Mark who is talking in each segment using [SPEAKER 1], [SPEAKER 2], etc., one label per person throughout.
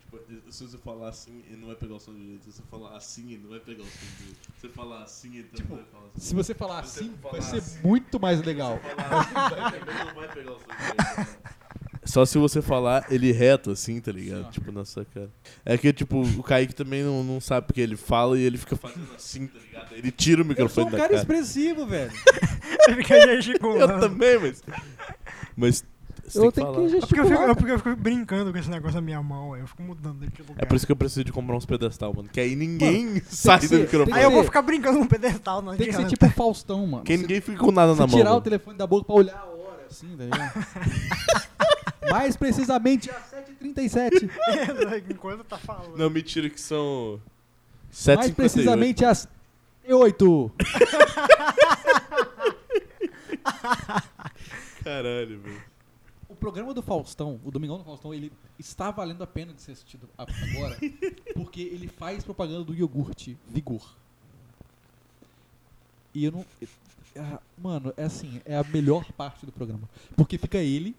[SPEAKER 1] Tipo, se você falar assim, ele não vai pegar o som direito. Se você falar assim, ele não vai pegar o som direito. Se você falar assim, ele também
[SPEAKER 2] Tipo,
[SPEAKER 1] vai falar assim.
[SPEAKER 2] Se você falar
[SPEAKER 1] Se você
[SPEAKER 2] assim,
[SPEAKER 1] falar
[SPEAKER 2] vai ser
[SPEAKER 1] assim-
[SPEAKER 2] muito mais legal.
[SPEAKER 1] Se você falar assim, ele também não vai pegar o som direito. né? cara. Só se você falar ele reto, assim, tá ligado?
[SPEAKER 2] Sim, ó.
[SPEAKER 1] tipo, na sua cara. É que, tipo, o Kaique também não, não sabe porque ele fala e ele fica fazendo assim, tá ligado? Ele tira o
[SPEAKER 2] Eu sou
[SPEAKER 1] microfone
[SPEAKER 2] um
[SPEAKER 1] da
[SPEAKER 2] cara
[SPEAKER 1] cara.
[SPEAKER 2] expressivo, velho.
[SPEAKER 3] Fica gesticulando.
[SPEAKER 1] Eu também, mas... Mas você
[SPEAKER 2] Eu
[SPEAKER 1] tem
[SPEAKER 2] tenho
[SPEAKER 1] falar.
[SPEAKER 2] que
[SPEAKER 3] É porque, eu fico,
[SPEAKER 2] gesticular.
[SPEAKER 3] é porque eu fico brincando com esse negócio na minha mão, aí eu fico mudando daquele lugar.
[SPEAKER 1] É por isso que eu preciso de comprar uns pedestal, mano. Que aí ninguém sai
[SPEAKER 2] que
[SPEAKER 1] do
[SPEAKER 2] ser-
[SPEAKER 1] microfone.
[SPEAKER 3] Aí eu vou
[SPEAKER 2] ser-
[SPEAKER 3] ficar brincando no pedestal, não
[SPEAKER 2] Tem que ser
[SPEAKER 3] adianta.
[SPEAKER 2] tipo o Faustão, mano.
[SPEAKER 1] Que
[SPEAKER 2] Você-
[SPEAKER 1] ninguém fica com nada
[SPEAKER 2] você
[SPEAKER 1] na mão. né?
[SPEAKER 2] tirar o
[SPEAKER 1] mano.
[SPEAKER 2] telefone da boca pra olhar a hora, assim, tá ligado? Mais precisamente às 7h37.
[SPEAKER 3] Enquanto tá falando.
[SPEAKER 1] Não, mentira que são... 7h58.
[SPEAKER 2] Mais precisamente às 8
[SPEAKER 1] Caralho, velho.
[SPEAKER 2] O programa do Faustão, o Domingão do Faustão, ele está valendo a pena de ser assistido a- agora, porque ele faz propaganda do iogurte Vigor. E eu não. ah, Mano, é assim, é a melhor parte do programa. Porque fica ele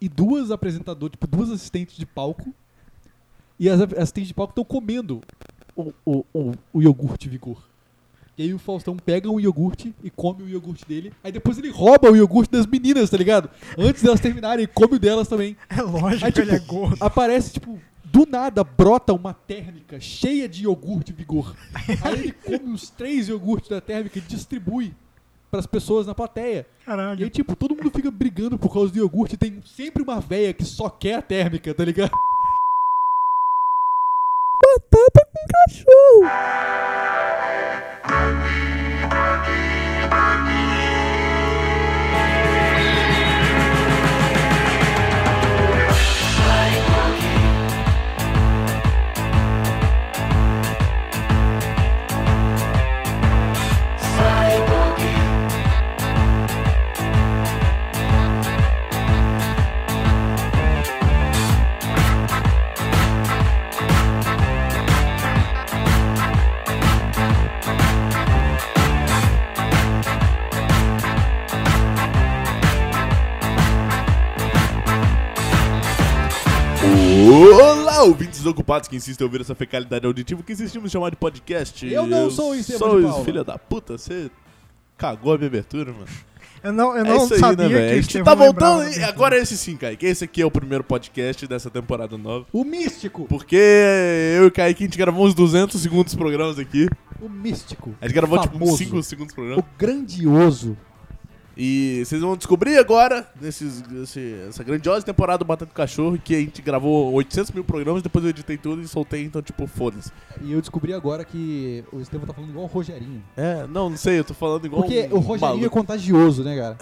[SPEAKER 2] e duas apresentadoras, tipo, duas assistentes de palco. E as a- assistentes de palco estão comendo o, o, o, o iogurte Vigor. E aí o Faustão pega o iogurte e come o iogurte dele. Aí depois ele rouba o iogurte das meninas, tá ligado? Antes delas terminarem, come o delas também.
[SPEAKER 3] É lógico,
[SPEAKER 2] Aí, tipo,
[SPEAKER 3] que ele é gordo.
[SPEAKER 2] Aparece, tipo, do nada brota uma térmica cheia de iogurte vigor. Aí ele come os três iogurtes da térmica e distribui pras pessoas na plateia. E aí,
[SPEAKER 3] Caralho.
[SPEAKER 2] tipo, todo mundo fica brigando por causa do iogurte. Tem sempre uma véia que só quer a térmica, tá ligado? Batata com cachorro!
[SPEAKER 1] Olá, ouvintes ocupados que insistem em ouvir essa fecalidade auditiva que insistimos em chamar de podcast.
[SPEAKER 2] Eu não sou o Estevão
[SPEAKER 1] Sou
[SPEAKER 2] de
[SPEAKER 1] o
[SPEAKER 2] Paula.
[SPEAKER 1] filho da puta, você cagou a minha abertura, mano.
[SPEAKER 3] Eu não, eu
[SPEAKER 1] é
[SPEAKER 3] não
[SPEAKER 1] isso aí,
[SPEAKER 3] sabia
[SPEAKER 1] né, velho?
[SPEAKER 3] que
[SPEAKER 1] A
[SPEAKER 3] o
[SPEAKER 1] gente
[SPEAKER 3] Estevão
[SPEAKER 1] tá voltando.
[SPEAKER 3] lembrava
[SPEAKER 1] e
[SPEAKER 3] disso.
[SPEAKER 1] Agora é esse sim, Kaique. Esse aqui é o primeiro podcast dessa temporada nova.
[SPEAKER 2] O místico!
[SPEAKER 1] Porque eu e o Kaique, a gente gravou uns 200 segundos programas aqui.
[SPEAKER 2] O místico.
[SPEAKER 1] A gente gravou, tipo,
[SPEAKER 2] Famoso.
[SPEAKER 1] 5 segundos
[SPEAKER 2] O
[SPEAKER 1] programas.
[SPEAKER 2] grandioso.
[SPEAKER 1] E vocês vão descobrir agora, nesses, esse- essa grandiosa temporada do Batendo Cachorro, que a gente gravou 800 mil programas, depois eu editei tudo e soltei, então, tipo, foda-se.
[SPEAKER 2] E eu descobri agora que o Estevão tá falando igual o Rogerinho.
[SPEAKER 1] É, não, não sei, eu tô falando igual
[SPEAKER 2] Porque
[SPEAKER 1] um
[SPEAKER 2] o Rogerinho é
[SPEAKER 1] maluco.
[SPEAKER 2] contagioso, né, cara?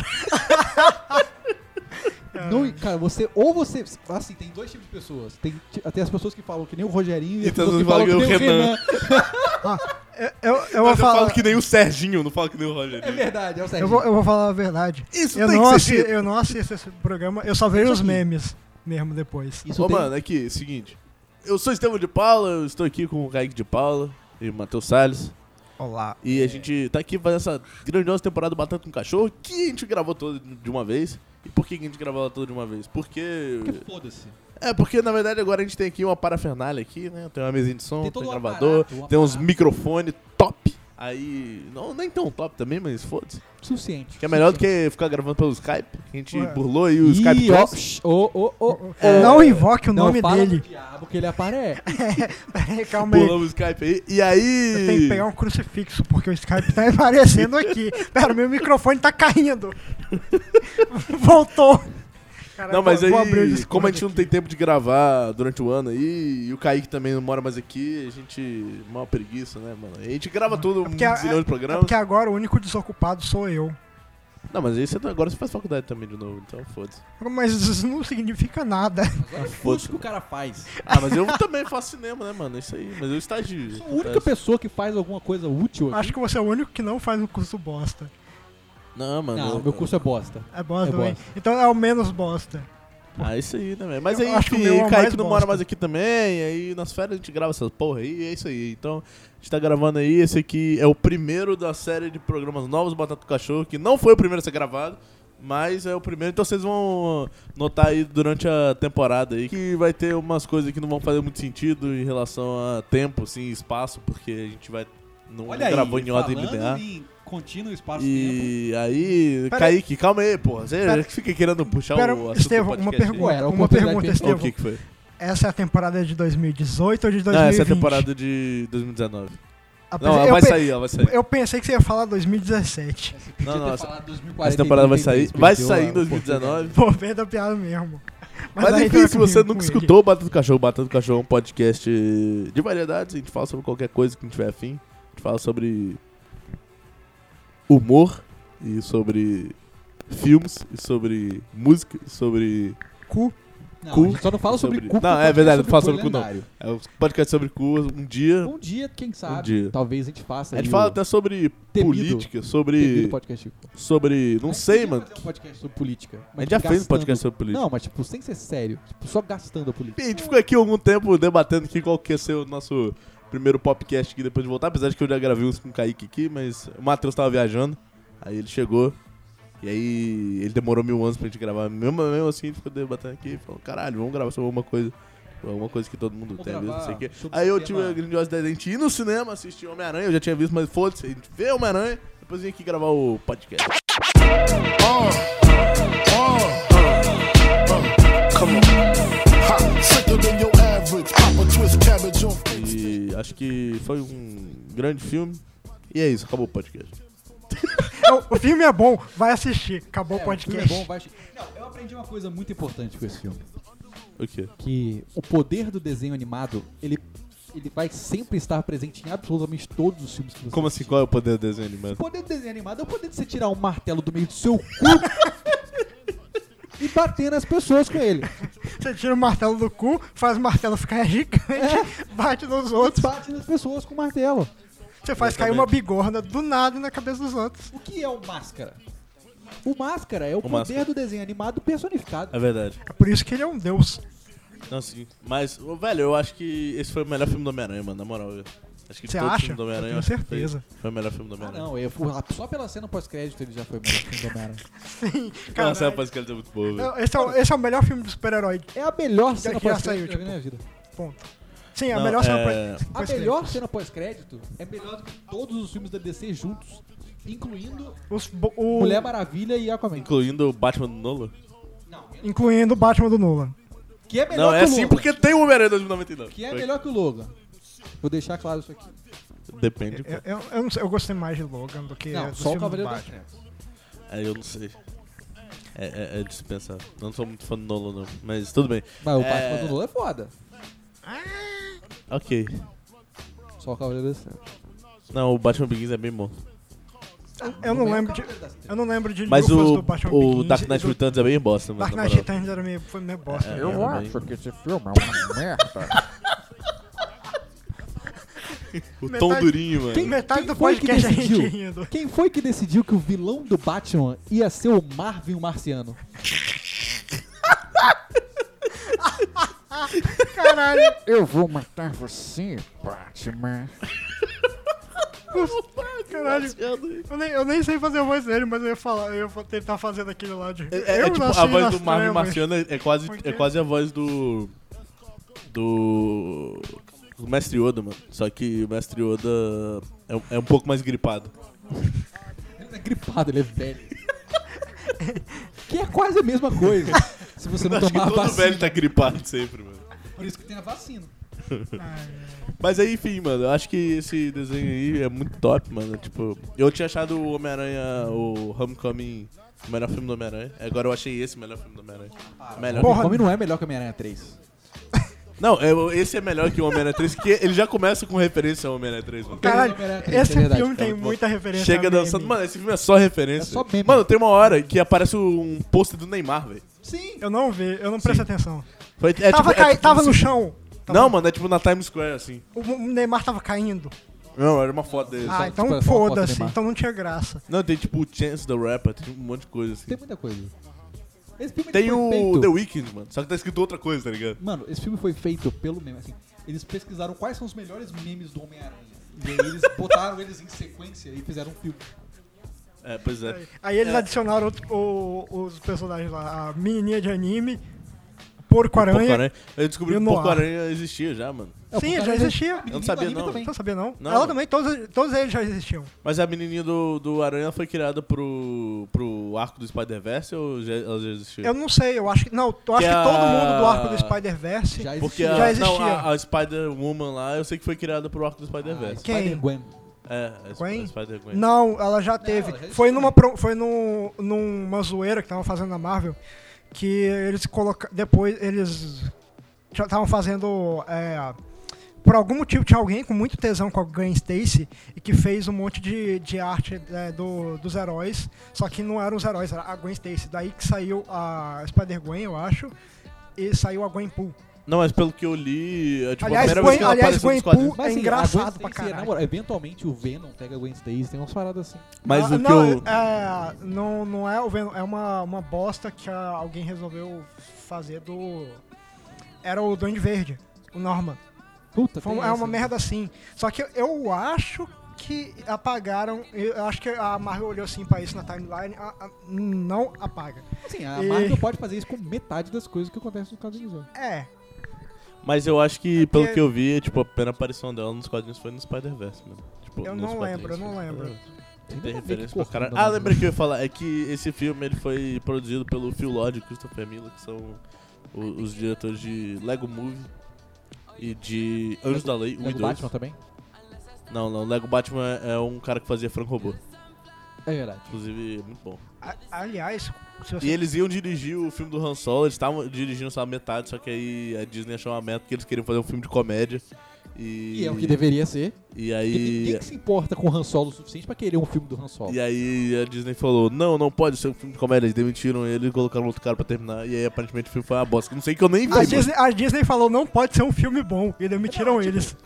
[SPEAKER 2] Não, e, cara, você ou você. Assim, tem dois tipos de pessoas. Tem ti- até as pessoas que falam que nem o Rogerinho
[SPEAKER 1] E
[SPEAKER 2] e, as pessoas
[SPEAKER 1] todo
[SPEAKER 2] que
[SPEAKER 1] mundo fala
[SPEAKER 2] falam que nem o
[SPEAKER 1] que é o
[SPEAKER 2] Renan.
[SPEAKER 3] Eu, eu, eu
[SPEAKER 1] Mas
[SPEAKER 3] vou
[SPEAKER 1] eu
[SPEAKER 3] falar.
[SPEAKER 1] falo que nem o Serginho, não falo que nem o Rogerinho.
[SPEAKER 2] É verdade, é o
[SPEAKER 3] Eu
[SPEAKER 2] Sérgio.
[SPEAKER 3] vou, eu vou falar a verdade.
[SPEAKER 1] Isso
[SPEAKER 3] eu,
[SPEAKER 1] tem
[SPEAKER 3] não
[SPEAKER 1] que
[SPEAKER 3] assi-
[SPEAKER 1] ser dito.
[SPEAKER 3] eu não assisto esse programa, eu só vejo
[SPEAKER 2] Isso
[SPEAKER 3] os
[SPEAKER 2] aqui.
[SPEAKER 3] memes mesmo depois.
[SPEAKER 2] Isso
[SPEAKER 1] Ô,
[SPEAKER 2] tem-
[SPEAKER 1] mano, aqui, seguinte. Eu sou Estevão de Paula, eu estou aqui com o Kaique de Paula e o Matheus Salles.
[SPEAKER 3] Olá.
[SPEAKER 1] E a gente tá aqui fazendo essa grandiosa temporada Batendo com Cachorro, que a gente gravou toda de uma vez. E por que que a gente gravou ela toda de uma vez? Porque...
[SPEAKER 2] Porque foda-se.
[SPEAKER 1] É, porque na verdade agora a gente tem aqui uma parafernália aqui, né? Tem uma mesinha de som,
[SPEAKER 2] Tem
[SPEAKER 1] tem,
[SPEAKER 2] todo o
[SPEAKER 1] gravador,
[SPEAKER 2] aparato, o
[SPEAKER 1] tem uns
[SPEAKER 2] aparato.
[SPEAKER 1] microfones top. Aí. Não, nem tão top também, mas foda-se.
[SPEAKER 2] Suficiente.
[SPEAKER 1] Que é melhor do que ficar gravando pelo Skype. que A gente
[SPEAKER 3] Ué.
[SPEAKER 1] burlou aí o Skype.
[SPEAKER 2] Ih, ó,
[SPEAKER 1] Plus.
[SPEAKER 2] shh, ô, ô, ô.
[SPEAKER 1] É,
[SPEAKER 2] É.
[SPEAKER 3] Não invoque o
[SPEAKER 2] Não
[SPEAKER 3] nome
[SPEAKER 2] fala
[SPEAKER 3] dele.
[SPEAKER 2] do diabo que ele é. aparece.
[SPEAKER 3] Peraí, calma aí.
[SPEAKER 1] Pulamos o Skype aí. E
[SPEAKER 3] Eu tenho que
[SPEAKER 1] aí.
[SPEAKER 3] pegar um crucifixo, porque o Skype tá aparecendo aqui. Pera, meu microfone tá caindo. Voltou. Caralho,
[SPEAKER 1] Não, mas
[SPEAKER 3] vou-
[SPEAKER 1] aí,
[SPEAKER 3] vou abrir o Discord
[SPEAKER 1] como a gente não
[SPEAKER 3] aqui. É
[SPEAKER 1] tem tempo de gravar durante o ano aí, e o Kaique também não mora mais aqui, a gente. Mal preguiça, né, mano? A gente grava tudo, um
[SPEAKER 3] porque a-
[SPEAKER 1] zilhão de
[SPEAKER 3] É
[SPEAKER 1] programas.
[SPEAKER 3] porque agora o único desocupado sou eu.
[SPEAKER 1] Não, mas aí você, tá- agora você faz faculdade também de novo, então foda-se.
[SPEAKER 3] Mas isso não significa nada.
[SPEAKER 2] Agora foda-se o que o cara faz.
[SPEAKER 1] Ah, mas eu também faço cinema, né, mano? Isso aí. Mas eu estagio.
[SPEAKER 3] é
[SPEAKER 2] Sou a única pessoa que faz alguma coisa útil aqui.
[SPEAKER 3] Acho que você é o único que não faz um curso bosta.
[SPEAKER 1] Não, mano.
[SPEAKER 3] Ah,
[SPEAKER 2] Não,
[SPEAKER 1] eu-
[SPEAKER 2] meu curso é bosta.
[SPEAKER 3] É bosta
[SPEAKER 2] É
[SPEAKER 3] também.
[SPEAKER 2] bosta.
[SPEAKER 3] Então é o menos bosta.
[SPEAKER 1] Ah, isso aí, né, velho? Mas
[SPEAKER 3] Eu
[SPEAKER 1] aí,
[SPEAKER 3] acho que o
[SPEAKER 1] enfim,
[SPEAKER 3] meu é o
[SPEAKER 1] o Kaique
[SPEAKER 3] mais
[SPEAKER 1] não mora
[SPEAKER 3] bosta.
[SPEAKER 1] mais aqui também. Aí nas férias a gente grava essas porra aí. É isso aí. Então, a gente tá gravando aí. Esse aqui é o primeiro da série de programas novos do Batata do Cachorro, que não foi o primeiro a ser gravado. Mas é o primeiro, então vocês vão notar aí durante a temporada aí que vai ter umas coisas que não vão fazer muito sentido em relação a tempo, assim, espaço, porque a gente vai. Não
[SPEAKER 2] Olha aí,
[SPEAKER 1] gravou em ordem
[SPEAKER 2] falando
[SPEAKER 1] linear.
[SPEAKER 2] em contínuo espaço-tempo.
[SPEAKER 1] E aí,
[SPEAKER 3] Pera-
[SPEAKER 1] Kaique, calma aí, porra. Você
[SPEAKER 3] Pera-
[SPEAKER 1] fica querendo puxar
[SPEAKER 3] Pera,
[SPEAKER 1] Então, o assunto
[SPEAKER 3] Estevão,
[SPEAKER 1] do
[SPEAKER 3] uma
[SPEAKER 1] podcast aí?
[SPEAKER 3] pergunta.
[SPEAKER 2] Ué, era
[SPEAKER 3] uma
[SPEAKER 2] oportunidade
[SPEAKER 3] pergunta,
[SPEAKER 2] que a gente
[SPEAKER 1] Ou
[SPEAKER 3] Estevão.
[SPEAKER 1] O que, que foi?
[SPEAKER 3] Essa é a temporada de 2018 ou de 2020?
[SPEAKER 1] Não, essa é a temporada de 2019.
[SPEAKER 3] Apesar-
[SPEAKER 1] Não, ela
[SPEAKER 3] eu
[SPEAKER 1] vai
[SPEAKER 3] pe-
[SPEAKER 1] sair, ela vai sair.
[SPEAKER 3] Eu pensei que você ia falar 2017.
[SPEAKER 2] Você podia
[SPEAKER 1] Não, não,
[SPEAKER 2] ter
[SPEAKER 1] essa-
[SPEAKER 2] falado 2043,
[SPEAKER 1] Essa temporada vai sair. Vai
[SPEAKER 2] perdeu a
[SPEAKER 1] sair em 2019.
[SPEAKER 3] Pô, perda a piada mesmo.
[SPEAKER 1] Mas,
[SPEAKER 3] aí
[SPEAKER 1] enfim,
[SPEAKER 3] eu
[SPEAKER 1] se você
[SPEAKER 3] comigo
[SPEAKER 1] nunca
[SPEAKER 3] com ele.
[SPEAKER 1] escutou o Bata do Cachorro, o Bata do Cachorro é um podcast de variedades. A gente fala sobre qualquer coisa que a gente tiver afim. A gente fala sobre humor e sobre filmes e sobre música e sobre...
[SPEAKER 3] Cu.
[SPEAKER 2] Não,
[SPEAKER 1] Cu.
[SPEAKER 2] a gente só não fala sobre,
[SPEAKER 1] Sobre-
[SPEAKER 2] cu. porque
[SPEAKER 1] Não, é
[SPEAKER 2] podcast
[SPEAKER 1] verdade, não fala
[SPEAKER 2] cu é
[SPEAKER 1] sobre cu, não.
[SPEAKER 2] lendário.
[SPEAKER 1] É um podcast sobre cu um dia.
[SPEAKER 2] Um dia, quem sabe,
[SPEAKER 1] dia.
[SPEAKER 2] talvez a gente faça.
[SPEAKER 1] A gente
[SPEAKER 2] aí
[SPEAKER 1] fala
[SPEAKER 2] o
[SPEAKER 1] até sobre
[SPEAKER 2] temido-
[SPEAKER 1] política,
[SPEAKER 2] temido
[SPEAKER 1] sobre...
[SPEAKER 2] podcast. Cu.
[SPEAKER 1] Sobre... Não
[SPEAKER 2] Mas
[SPEAKER 1] sei,
[SPEAKER 2] podia
[SPEAKER 1] mano.
[SPEAKER 2] fazer um podcast sobre política. mas,
[SPEAKER 1] A gente já
[SPEAKER 2] tipo,
[SPEAKER 1] fez um
[SPEAKER 2] gastando-
[SPEAKER 1] podcast sobre política.
[SPEAKER 2] Não, mas tipo, sem ser sério. Tipo, só gastando a política.
[SPEAKER 1] Bem, A gente ficou aqui algum tempo debatendo aqui qual que ia ser o nosso primeiro podcast aqui depois de voltar, apesar de que eu já gravei uns com o Kaique aqui, mas o Matheus tava viajando, aí ele chegou, e aí ele demorou mil anos pra gente gravar. Mesmo, mesmo assim, a gente ficou debatendo aqui e falou, caralho, vamos gravar sobre alguma coisa. Alguma coisa que todo mundo
[SPEAKER 2] Vamos
[SPEAKER 1] tem, mesmo, não sei o
[SPEAKER 2] gravar
[SPEAKER 1] quê.
[SPEAKER 2] sobre
[SPEAKER 1] Aí eu
[SPEAKER 2] tema-
[SPEAKER 1] tive a grandiosa ideia de a gente ir no cinema assistir Homem-Aranha, eu já tinha visto, mas foda-se, a gente vê Homem-Aranha, depois vim aqui gravar o podcast.
[SPEAKER 4] Come on. Ha, sicker than your average. Pop a twist cabbage on fix.
[SPEAKER 1] E acho que foi um grande filme. E é isso, acabou o podcast.
[SPEAKER 3] O- O filme é bom, vai assistir. Acabou
[SPEAKER 2] É,
[SPEAKER 3] o
[SPEAKER 2] filme
[SPEAKER 3] podcast.
[SPEAKER 2] é bom, vai- Não, eu aprendi uma coisa muito importante com esse filme.
[SPEAKER 1] O quê?
[SPEAKER 2] Que o poder do desenho animado, ele, ele vai sempre estar presente em absolutamente todos os filmes que você
[SPEAKER 1] Como assim? Qual é o poder do desenho animado?
[SPEAKER 2] O poder do desenho animado é o poder de você tirar um martelo do meio do seu cu e bater nas pessoas com ele.
[SPEAKER 3] Você tira o martelo do cu, faz o martelo ficar gigante, bate
[SPEAKER 2] Outros
[SPEAKER 3] nos outros.
[SPEAKER 2] bate nas pessoas com martelo.
[SPEAKER 3] Você faz cair uma bigorna do nada na cabeça dos outros.
[SPEAKER 2] O que é o máscara? O máscara é o, poder
[SPEAKER 1] Máscara.
[SPEAKER 2] do desenho animado personificado.
[SPEAKER 1] É verdade.
[SPEAKER 3] É por isso que ele é um deus.
[SPEAKER 1] Não, sim. Mas, ô, velho, eu acho que esse foi o melhor filme do Homem-Aranha, mano, na moral. Eu. Acho que de
[SPEAKER 3] Você
[SPEAKER 1] todo
[SPEAKER 3] acha?
[SPEAKER 1] filme do
[SPEAKER 3] Eu
[SPEAKER 1] Homem-Aranha.
[SPEAKER 3] tenho
[SPEAKER 1] eu acho que
[SPEAKER 3] certeza.
[SPEAKER 1] Foi, foi o melhor filme do
[SPEAKER 2] Ah,
[SPEAKER 1] Homem-Aranha.
[SPEAKER 2] não, eu fui, só pela cena pós-crédito ele já foi o melhor filme do Homem-Aranha.
[SPEAKER 3] Cara,
[SPEAKER 1] Nossa, a Pascal é muito boa, velho.
[SPEAKER 3] não, esse, é o, esse é o melhor filme de super-herói.
[SPEAKER 2] É a melhor cena
[SPEAKER 3] que já
[SPEAKER 2] pós-crédito
[SPEAKER 3] saiu,
[SPEAKER 2] que eu já vi na minha vida.
[SPEAKER 3] Ponto. Sim, é a
[SPEAKER 1] Não,
[SPEAKER 3] melhor cena
[SPEAKER 1] é-
[SPEAKER 3] pra-
[SPEAKER 2] A
[SPEAKER 3] pra escrever.
[SPEAKER 2] Ah, melhor cena pós-crédito é melhor do que todos os filmes da DC juntos, incluindo
[SPEAKER 3] Os bo- o-
[SPEAKER 2] Mulher Maravilha e Aquaman.
[SPEAKER 1] Incluindo o Batman do Nolan?
[SPEAKER 2] Não,
[SPEAKER 3] Incluindo o Batman do Nolan.
[SPEAKER 2] que é melhor
[SPEAKER 1] Não,
[SPEAKER 2] que
[SPEAKER 1] é
[SPEAKER 2] o Logan.
[SPEAKER 1] assim porque tem o Homem-Aranha 2099.
[SPEAKER 2] Que é
[SPEAKER 1] Foi.
[SPEAKER 2] melhor que o Logan. Vou deixar claro isso aqui. É,
[SPEAKER 1] Depende. pô.
[SPEAKER 3] Eu, eu, É, eu não sei, eu gostei mais de Logan É, do que
[SPEAKER 2] Não,
[SPEAKER 3] dos
[SPEAKER 2] só o
[SPEAKER 3] filmes do
[SPEAKER 2] Cavaleiro das
[SPEAKER 3] Batman.
[SPEAKER 2] Trevas.
[SPEAKER 1] Aí eu não sei. É, é, é dispensável. Eu não sou muito fã do Nolan, não. Mas tudo bem.
[SPEAKER 2] Mas o
[SPEAKER 1] É.
[SPEAKER 2] Batman do Nolan é foda.
[SPEAKER 1] Ok.
[SPEAKER 2] Só o Cavaleiro das Trevas.
[SPEAKER 1] Não, o Batman Begins é bem bom.
[SPEAKER 3] Eu não
[SPEAKER 2] é o
[SPEAKER 3] lembro de,
[SPEAKER 2] Cavaleiro das Trevas.
[SPEAKER 3] eu não lembro de
[SPEAKER 1] Mas
[SPEAKER 3] lufas
[SPEAKER 1] o,
[SPEAKER 3] do Batman
[SPEAKER 1] o
[SPEAKER 3] Begins
[SPEAKER 1] Dark
[SPEAKER 3] e
[SPEAKER 1] Knight
[SPEAKER 3] do-
[SPEAKER 1] Returns é bem bosta, mano.
[SPEAKER 3] Dark
[SPEAKER 1] na
[SPEAKER 3] Knight
[SPEAKER 1] moral.
[SPEAKER 3] Returns era meio, foi meio bosta.
[SPEAKER 1] É,
[SPEAKER 3] né?
[SPEAKER 1] Eu acho
[SPEAKER 5] que esse filme é uma merda.
[SPEAKER 1] O
[SPEAKER 3] Metade-
[SPEAKER 1] Tom Durinho, mano.
[SPEAKER 2] Quem-
[SPEAKER 3] Metade
[SPEAKER 2] quem
[SPEAKER 3] do
[SPEAKER 2] foi que
[SPEAKER 3] podcast é a gente
[SPEAKER 2] decidiu?
[SPEAKER 3] rindo.
[SPEAKER 2] Quem foi que decidiu que o vilão do Batman ia ser o Marvin o Marciano?
[SPEAKER 3] Caralho.
[SPEAKER 5] Eu vou matar você,
[SPEAKER 3] Caralho.
[SPEAKER 5] Batman.
[SPEAKER 3] Eu nem, eu nem sei fazer a voz dele, mas eu ia falar, eu vou tentar fazendo aquele lá de.
[SPEAKER 1] É, é
[SPEAKER 3] eu
[SPEAKER 1] tipo,
[SPEAKER 3] nasci
[SPEAKER 1] a voz
[SPEAKER 3] nas
[SPEAKER 1] do Marvin
[SPEAKER 3] trevas.
[SPEAKER 1] Marciano é, é quase,
[SPEAKER 3] Por quê?
[SPEAKER 1] é quase a voz do. Do. do Mestre Yoda, mano. Só que o Mestre Yoda é, é um pouco mais gripado.
[SPEAKER 2] Ele não é gripado, ele é velho. que é quase a mesma coisa. se você não
[SPEAKER 1] Acho que
[SPEAKER 2] tomar a
[SPEAKER 1] todo
[SPEAKER 2] vacina.
[SPEAKER 1] velho tá gripado sempre, mano.
[SPEAKER 2] Por isso que tem a vacina.
[SPEAKER 1] Mas aí, enfim, mano, eu acho que esse desenho aí é muito top, mano. Tipo, eu tinha achado o Homem-Aranha, o Homecoming, o melhor filme do Homem-Aranha. Agora eu achei esse o melhor filme do Homem-Aranha. Melhor.
[SPEAKER 3] Porra.
[SPEAKER 2] Homem não é melhor que Homem-Aranha 3.
[SPEAKER 1] Não, eu- esse é melhor que o Homem-Aranha 3, porque ele já começa com referência ao Homem-Aranha 3, mano.
[SPEAKER 3] Caralho,
[SPEAKER 2] Verdade,
[SPEAKER 3] esse
[SPEAKER 2] é verdade,
[SPEAKER 3] filme
[SPEAKER 1] cara,
[SPEAKER 3] tem
[SPEAKER 1] pô.
[SPEAKER 3] muita referência.
[SPEAKER 1] Chega
[SPEAKER 3] a meme.
[SPEAKER 1] dançando. Mano, esse filme é só referência.
[SPEAKER 2] É só meme.
[SPEAKER 1] Mano, tem uma hora que aparece um pôster do Neymar, velho.
[SPEAKER 2] Sim.
[SPEAKER 3] Eu não vi, eu não prestei atenção.
[SPEAKER 1] Foi- É,
[SPEAKER 3] tava
[SPEAKER 1] tipo- é
[SPEAKER 3] cai-
[SPEAKER 1] tipo
[SPEAKER 3] tava no
[SPEAKER 1] assim-
[SPEAKER 3] chão. Tava-
[SPEAKER 1] Não, mano, é tipo na Times Square, assim.
[SPEAKER 3] O o Neymar tava caindo.
[SPEAKER 1] Não, era uma foto dele.
[SPEAKER 3] Ah,
[SPEAKER 1] sabe?
[SPEAKER 2] tipo,
[SPEAKER 3] então
[SPEAKER 2] era só uma foto do
[SPEAKER 3] foda-se.
[SPEAKER 2] Neymar.
[SPEAKER 3] Então não tinha graça.
[SPEAKER 1] Não, tem tipo o Chance the Rapper, tem um monte de coisa, assim.
[SPEAKER 2] Tem muita coisa. Esse filme
[SPEAKER 1] Tem
[SPEAKER 2] foi
[SPEAKER 1] o
[SPEAKER 2] feito-
[SPEAKER 1] The Weeknd, mano. Só que tá escrito outra coisa, tá ligado?
[SPEAKER 2] Mano, esse filme foi feito pelo meme. Assim, eles pesquisaram quais são os melhores memes do Homem-Aranha. E aí eles botaram eles em sequência e fizeram um filme.
[SPEAKER 1] É, pois é.
[SPEAKER 3] Aí eles adicionaram outro- o- os personagens lá. A menininha de anime, porco-aranha.
[SPEAKER 1] Porco-aranha. Eu descobri
[SPEAKER 3] E
[SPEAKER 1] que
[SPEAKER 3] o Noir.
[SPEAKER 1] porco-aranha existia já, mano.
[SPEAKER 2] É,
[SPEAKER 3] Sim,
[SPEAKER 2] o
[SPEAKER 3] já
[SPEAKER 2] Porco-Aranha
[SPEAKER 3] existia.
[SPEAKER 1] Eu não sabia, não.
[SPEAKER 3] Não sabia, não.
[SPEAKER 1] Não.
[SPEAKER 3] Ela também, todos, todos eles já existiam.
[SPEAKER 1] Mas a menininha do, do Aranha foi criada pro, pro arco do Spider-Verse ou já, ela já existia?
[SPEAKER 3] Eu não sei, eu acho que. Não, eu acho
[SPEAKER 1] Que
[SPEAKER 3] que
[SPEAKER 1] a-
[SPEAKER 3] todo mundo do arco do Spider-Verse.
[SPEAKER 2] Já
[SPEAKER 1] Porque
[SPEAKER 2] existia.
[SPEAKER 1] a,
[SPEAKER 3] Já existia.
[SPEAKER 1] Não, a, a Spider-Woman lá, eu sei que foi criada pro arco do Spider-Verse.
[SPEAKER 3] quem?
[SPEAKER 2] Spider-Gwen.
[SPEAKER 1] É, a Sp-
[SPEAKER 3] Gwen?
[SPEAKER 1] a Spider-Gwen.
[SPEAKER 3] Não, ela já teve.
[SPEAKER 2] ela já
[SPEAKER 3] foi
[SPEAKER 2] existia.
[SPEAKER 3] numa, pro- foi num, numa zoeira que tava fazendo na Marvel, que eles colocaram. Depois eles já estavam fazendo. é, por algum motivo tinha alguém com muito tesão com a Gwen Stacy e que fez um monte de, de arte é, do, dos heróis, só que não eram os heróis, era a Gwen Stacy. Daí que saiu a Spider-Gwen, eu acho, e saiu a Gwenpool.
[SPEAKER 1] Não, mas pelo que eu li, é, tipo, a
[SPEAKER 3] Aliás,
[SPEAKER 1] primeira
[SPEAKER 3] Gwen-
[SPEAKER 1] vez que ela
[SPEAKER 3] aliás,
[SPEAKER 1] apareceu nos
[SPEAKER 3] Gwenpool-
[SPEAKER 1] quadrinhos.
[SPEAKER 3] É
[SPEAKER 2] assim,
[SPEAKER 3] engraçado pra
[SPEAKER 2] cara.
[SPEAKER 3] caralho.
[SPEAKER 2] eventualmente o Venom pega a Gwen Stacy, tem umas paradas assim.
[SPEAKER 1] Mas
[SPEAKER 3] Ah,
[SPEAKER 1] o que
[SPEAKER 3] não,
[SPEAKER 1] eu...
[SPEAKER 3] é, não, não é o Venom, é uma, uma bosta que ah, alguém resolveu fazer do. Era o Duende Verde, o Norman.
[SPEAKER 2] Puta,
[SPEAKER 3] Foi
[SPEAKER 2] tem
[SPEAKER 3] um- é
[SPEAKER 2] essa
[SPEAKER 3] uma
[SPEAKER 2] aí.
[SPEAKER 3] merda assim. Só que eu acho que apagaram. Eu acho que a Marvel olhou assim pra isso na timeline. a- a- não apaga.
[SPEAKER 2] Assim, a
[SPEAKER 3] E-
[SPEAKER 2] Marvel pode fazer isso com metade das coisas que acontecem nos quadrinhos. ó.
[SPEAKER 3] É.
[SPEAKER 1] Mas eu acho que, pelo
[SPEAKER 3] porque-
[SPEAKER 1] que eu vi, tipo, a primeira aparição dela nos quadrinhos foi no Spider-Verse, mano. Tipo,
[SPEAKER 3] Eu
[SPEAKER 1] nos
[SPEAKER 3] não
[SPEAKER 1] quadrinhos,
[SPEAKER 3] lembro, eu não
[SPEAKER 1] né?
[SPEAKER 3] lembro.
[SPEAKER 1] Tem
[SPEAKER 2] Tem nada a ver
[SPEAKER 1] referência
[SPEAKER 2] com
[SPEAKER 1] pra
[SPEAKER 2] Corcunda,
[SPEAKER 1] caralho. Ah,
[SPEAKER 2] né?
[SPEAKER 1] lembra que eu ia falar? É que esse filme ele foi produzido pelo Phil Lord e Christopher Miller, que são o- os diretores de Lego Movie e de Anjos da Lei 1
[SPEAKER 2] Lego
[SPEAKER 1] e 2.
[SPEAKER 2] É Batman também?
[SPEAKER 1] Não, não. Lego Batman é é um cara que fazia Franco Robô.
[SPEAKER 2] É verdade.
[SPEAKER 1] Inclusive, é muito bom.
[SPEAKER 3] A- aliás, se você.
[SPEAKER 1] E eles iam dirigir o filme do Han Solo, eles estavam dirigindo só a metade, só que aí a Disney achou uma meta que eles queriam fazer um filme de comédia. E,
[SPEAKER 2] E é o que deveria ser.
[SPEAKER 1] E
[SPEAKER 2] Porque ninguém
[SPEAKER 1] aí.
[SPEAKER 2] que se importa com o Han Solo o suficiente pra querer um filme do Han Solo.
[SPEAKER 1] E aí a Disney falou: Não, não pode ser um filme de comédia. Eles demitiram ele e colocaram outro cara pra terminar. E aí aparentemente o filme foi uma bosta. que eu Não sei que eu nem vi.
[SPEAKER 3] A
[SPEAKER 1] mano.
[SPEAKER 3] Disney, a Disney falou não pode ser um filme bom. E demitiram eles.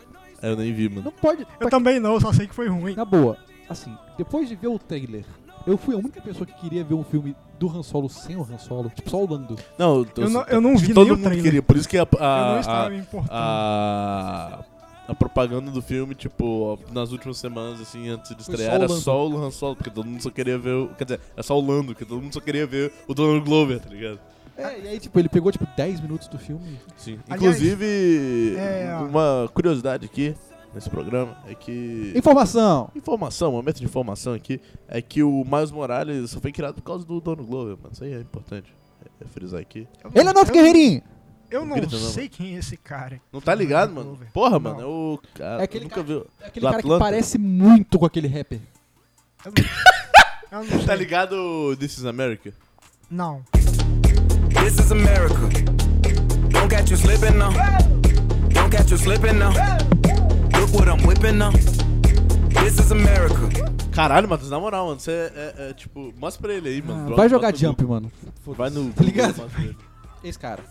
[SPEAKER 1] É, eu nem vi, mano.
[SPEAKER 2] Não pode.
[SPEAKER 3] Eu também não, só sei que foi ruim.
[SPEAKER 2] Na boa, assim, depois de ver o trailer, eu fui a única pessoa que queria ver um filme do Han Solo sem o Han Solo, tipo, só o Lando.
[SPEAKER 1] Não, eu, tô-
[SPEAKER 3] Eu não- eu não vi
[SPEAKER 1] Todo
[SPEAKER 3] nem o
[SPEAKER 1] mundo
[SPEAKER 3] trailer.
[SPEAKER 1] queria. Por isso que a,
[SPEAKER 3] eu não
[SPEAKER 1] a,
[SPEAKER 3] estava me
[SPEAKER 1] a,
[SPEAKER 3] importando.
[SPEAKER 1] ah. a, a propaganda do filme, tipo, ó, nas últimas semanas, assim, antes de
[SPEAKER 2] Foi
[SPEAKER 1] estrear,
[SPEAKER 2] só o
[SPEAKER 1] era
[SPEAKER 2] Lando.
[SPEAKER 1] só o Han Solo, porque todo mundo só queria ver. o- Quer dizer, é só o Lando, que todo mundo só queria ver o Donald Glover, tá ligado?
[SPEAKER 2] É, e aí, tipo, ele pegou, tipo, 10 minutos do filme.
[SPEAKER 1] Sim.
[SPEAKER 3] Aliás,
[SPEAKER 1] Inclusive,
[SPEAKER 3] é, ó.
[SPEAKER 1] uma curiosidade aqui nesse programa é que.
[SPEAKER 2] Informação!
[SPEAKER 1] Informação, momento de informação aqui, é que o Miles Morales só foi criado por causa do Donald Glover, mano. Isso aí é importante. É, é frisar aqui.
[SPEAKER 5] Ele é nosso
[SPEAKER 3] eu,
[SPEAKER 5] guerreirinho!
[SPEAKER 3] eu não
[SPEAKER 1] Grita, não,
[SPEAKER 3] sei quem é esse cara.
[SPEAKER 1] Não tá ligado,
[SPEAKER 3] Donald
[SPEAKER 1] mano?
[SPEAKER 3] Glover.
[SPEAKER 1] Porra,
[SPEAKER 3] Não.
[SPEAKER 1] mano, é o. cara-
[SPEAKER 2] É aquele
[SPEAKER 1] nunca
[SPEAKER 2] cara-
[SPEAKER 1] viu.
[SPEAKER 2] É aquele
[SPEAKER 1] Do
[SPEAKER 2] cara que
[SPEAKER 1] Atlanta.
[SPEAKER 2] parece muito com aquele rapper.
[SPEAKER 3] Eu não- eu não
[SPEAKER 1] Tá
[SPEAKER 3] sei.
[SPEAKER 1] ligado o This is America?
[SPEAKER 3] Não.
[SPEAKER 6] This is America. Don't catch you slipping now. Don't catch you slipping now. Look what I'm whipping now. This is America.
[SPEAKER 1] Caralho, Matheus, na moral, mano, você é, é- é, tipo, mostra pra ele aí, mano. Bota-
[SPEAKER 2] Ah, Vai jogar
[SPEAKER 1] bota no
[SPEAKER 2] jump, mano.
[SPEAKER 1] Google. Vai no.
[SPEAKER 2] Tá ligado?
[SPEAKER 1] Google, mostra pra ele.
[SPEAKER 2] Esse cara.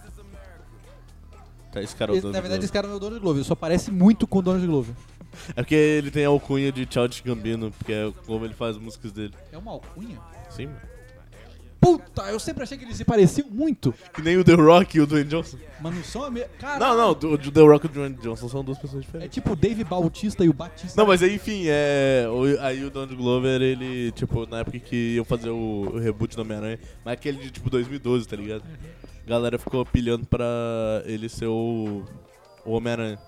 [SPEAKER 1] Tá, esse cara é o
[SPEAKER 2] Esse-
[SPEAKER 1] Donald
[SPEAKER 2] na verdade,
[SPEAKER 1] Glover.
[SPEAKER 2] esse cara não é o Donald Glover, só parece muito com o Donald Glover.
[SPEAKER 1] É porque ele tem a alcunha de Childish Gambino, porque é como ele faz as músicas dele.
[SPEAKER 2] É uma alcunha?
[SPEAKER 1] Sim, mano.
[SPEAKER 2] Puta, eu sempre achei que eles se pareciam muito,
[SPEAKER 1] Que nem o The Rock e o Dwayne Johnson.
[SPEAKER 2] mas não são a mesma. Cara,
[SPEAKER 1] Não, não, o The Rock e o Dwayne Johnson são duas pessoas
[SPEAKER 2] É
[SPEAKER 1] diferentes.
[SPEAKER 2] tipo o Dave Bautista e o Batista.
[SPEAKER 1] Não, mas aí, enfim, é. o- Aí o Donald Glover, ele, tipo, na época que iam fazer o, o reboot do Homem-Aranha, mas aquele de tipo 2012, tá ligado? A galera ficou pilhando pra ele ser o, o Homem-Aranha.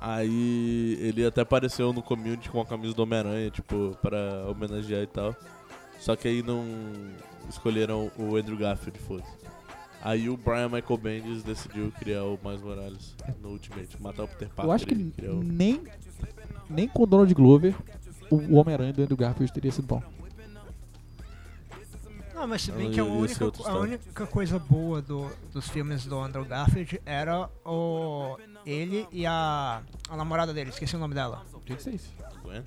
[SPEAKER 1] Aí ele até apareceu no community com a camisa do Homem-Aranha, tipo, pra homenagear e tal. Só que aí não escolheram o Andrew Garfield, foda-se. Aí o Brian Michael Bendis decidiu criar o Miles Morales no Ultimate, matar o Peter Parker.
[SPEAKER 2] eu acho que
[SPEAKER 1] e criar o-
[SPEAKER 2] nem, nem com o Donald Glover o- o Homem-Aranha do Andrew Garfield teria sido bom.
[SPEAKER 3] Não, mas se bem
[SPEAKER 1] Ela
[SPEAKER 3] que a
[SPEAKER 1] ia- ia ser
[SPEAKER 3] única,
[SPEAKER 1] outra
[SPEAKER 3] a
[SPEAKER 1] história.
[SPEAKER 3] única coisa boa do- dos filmes do Andrew Garfield era o ele e a, a namorada dele, esqueci o nome dela.
[SPEAKER 1] Gwen?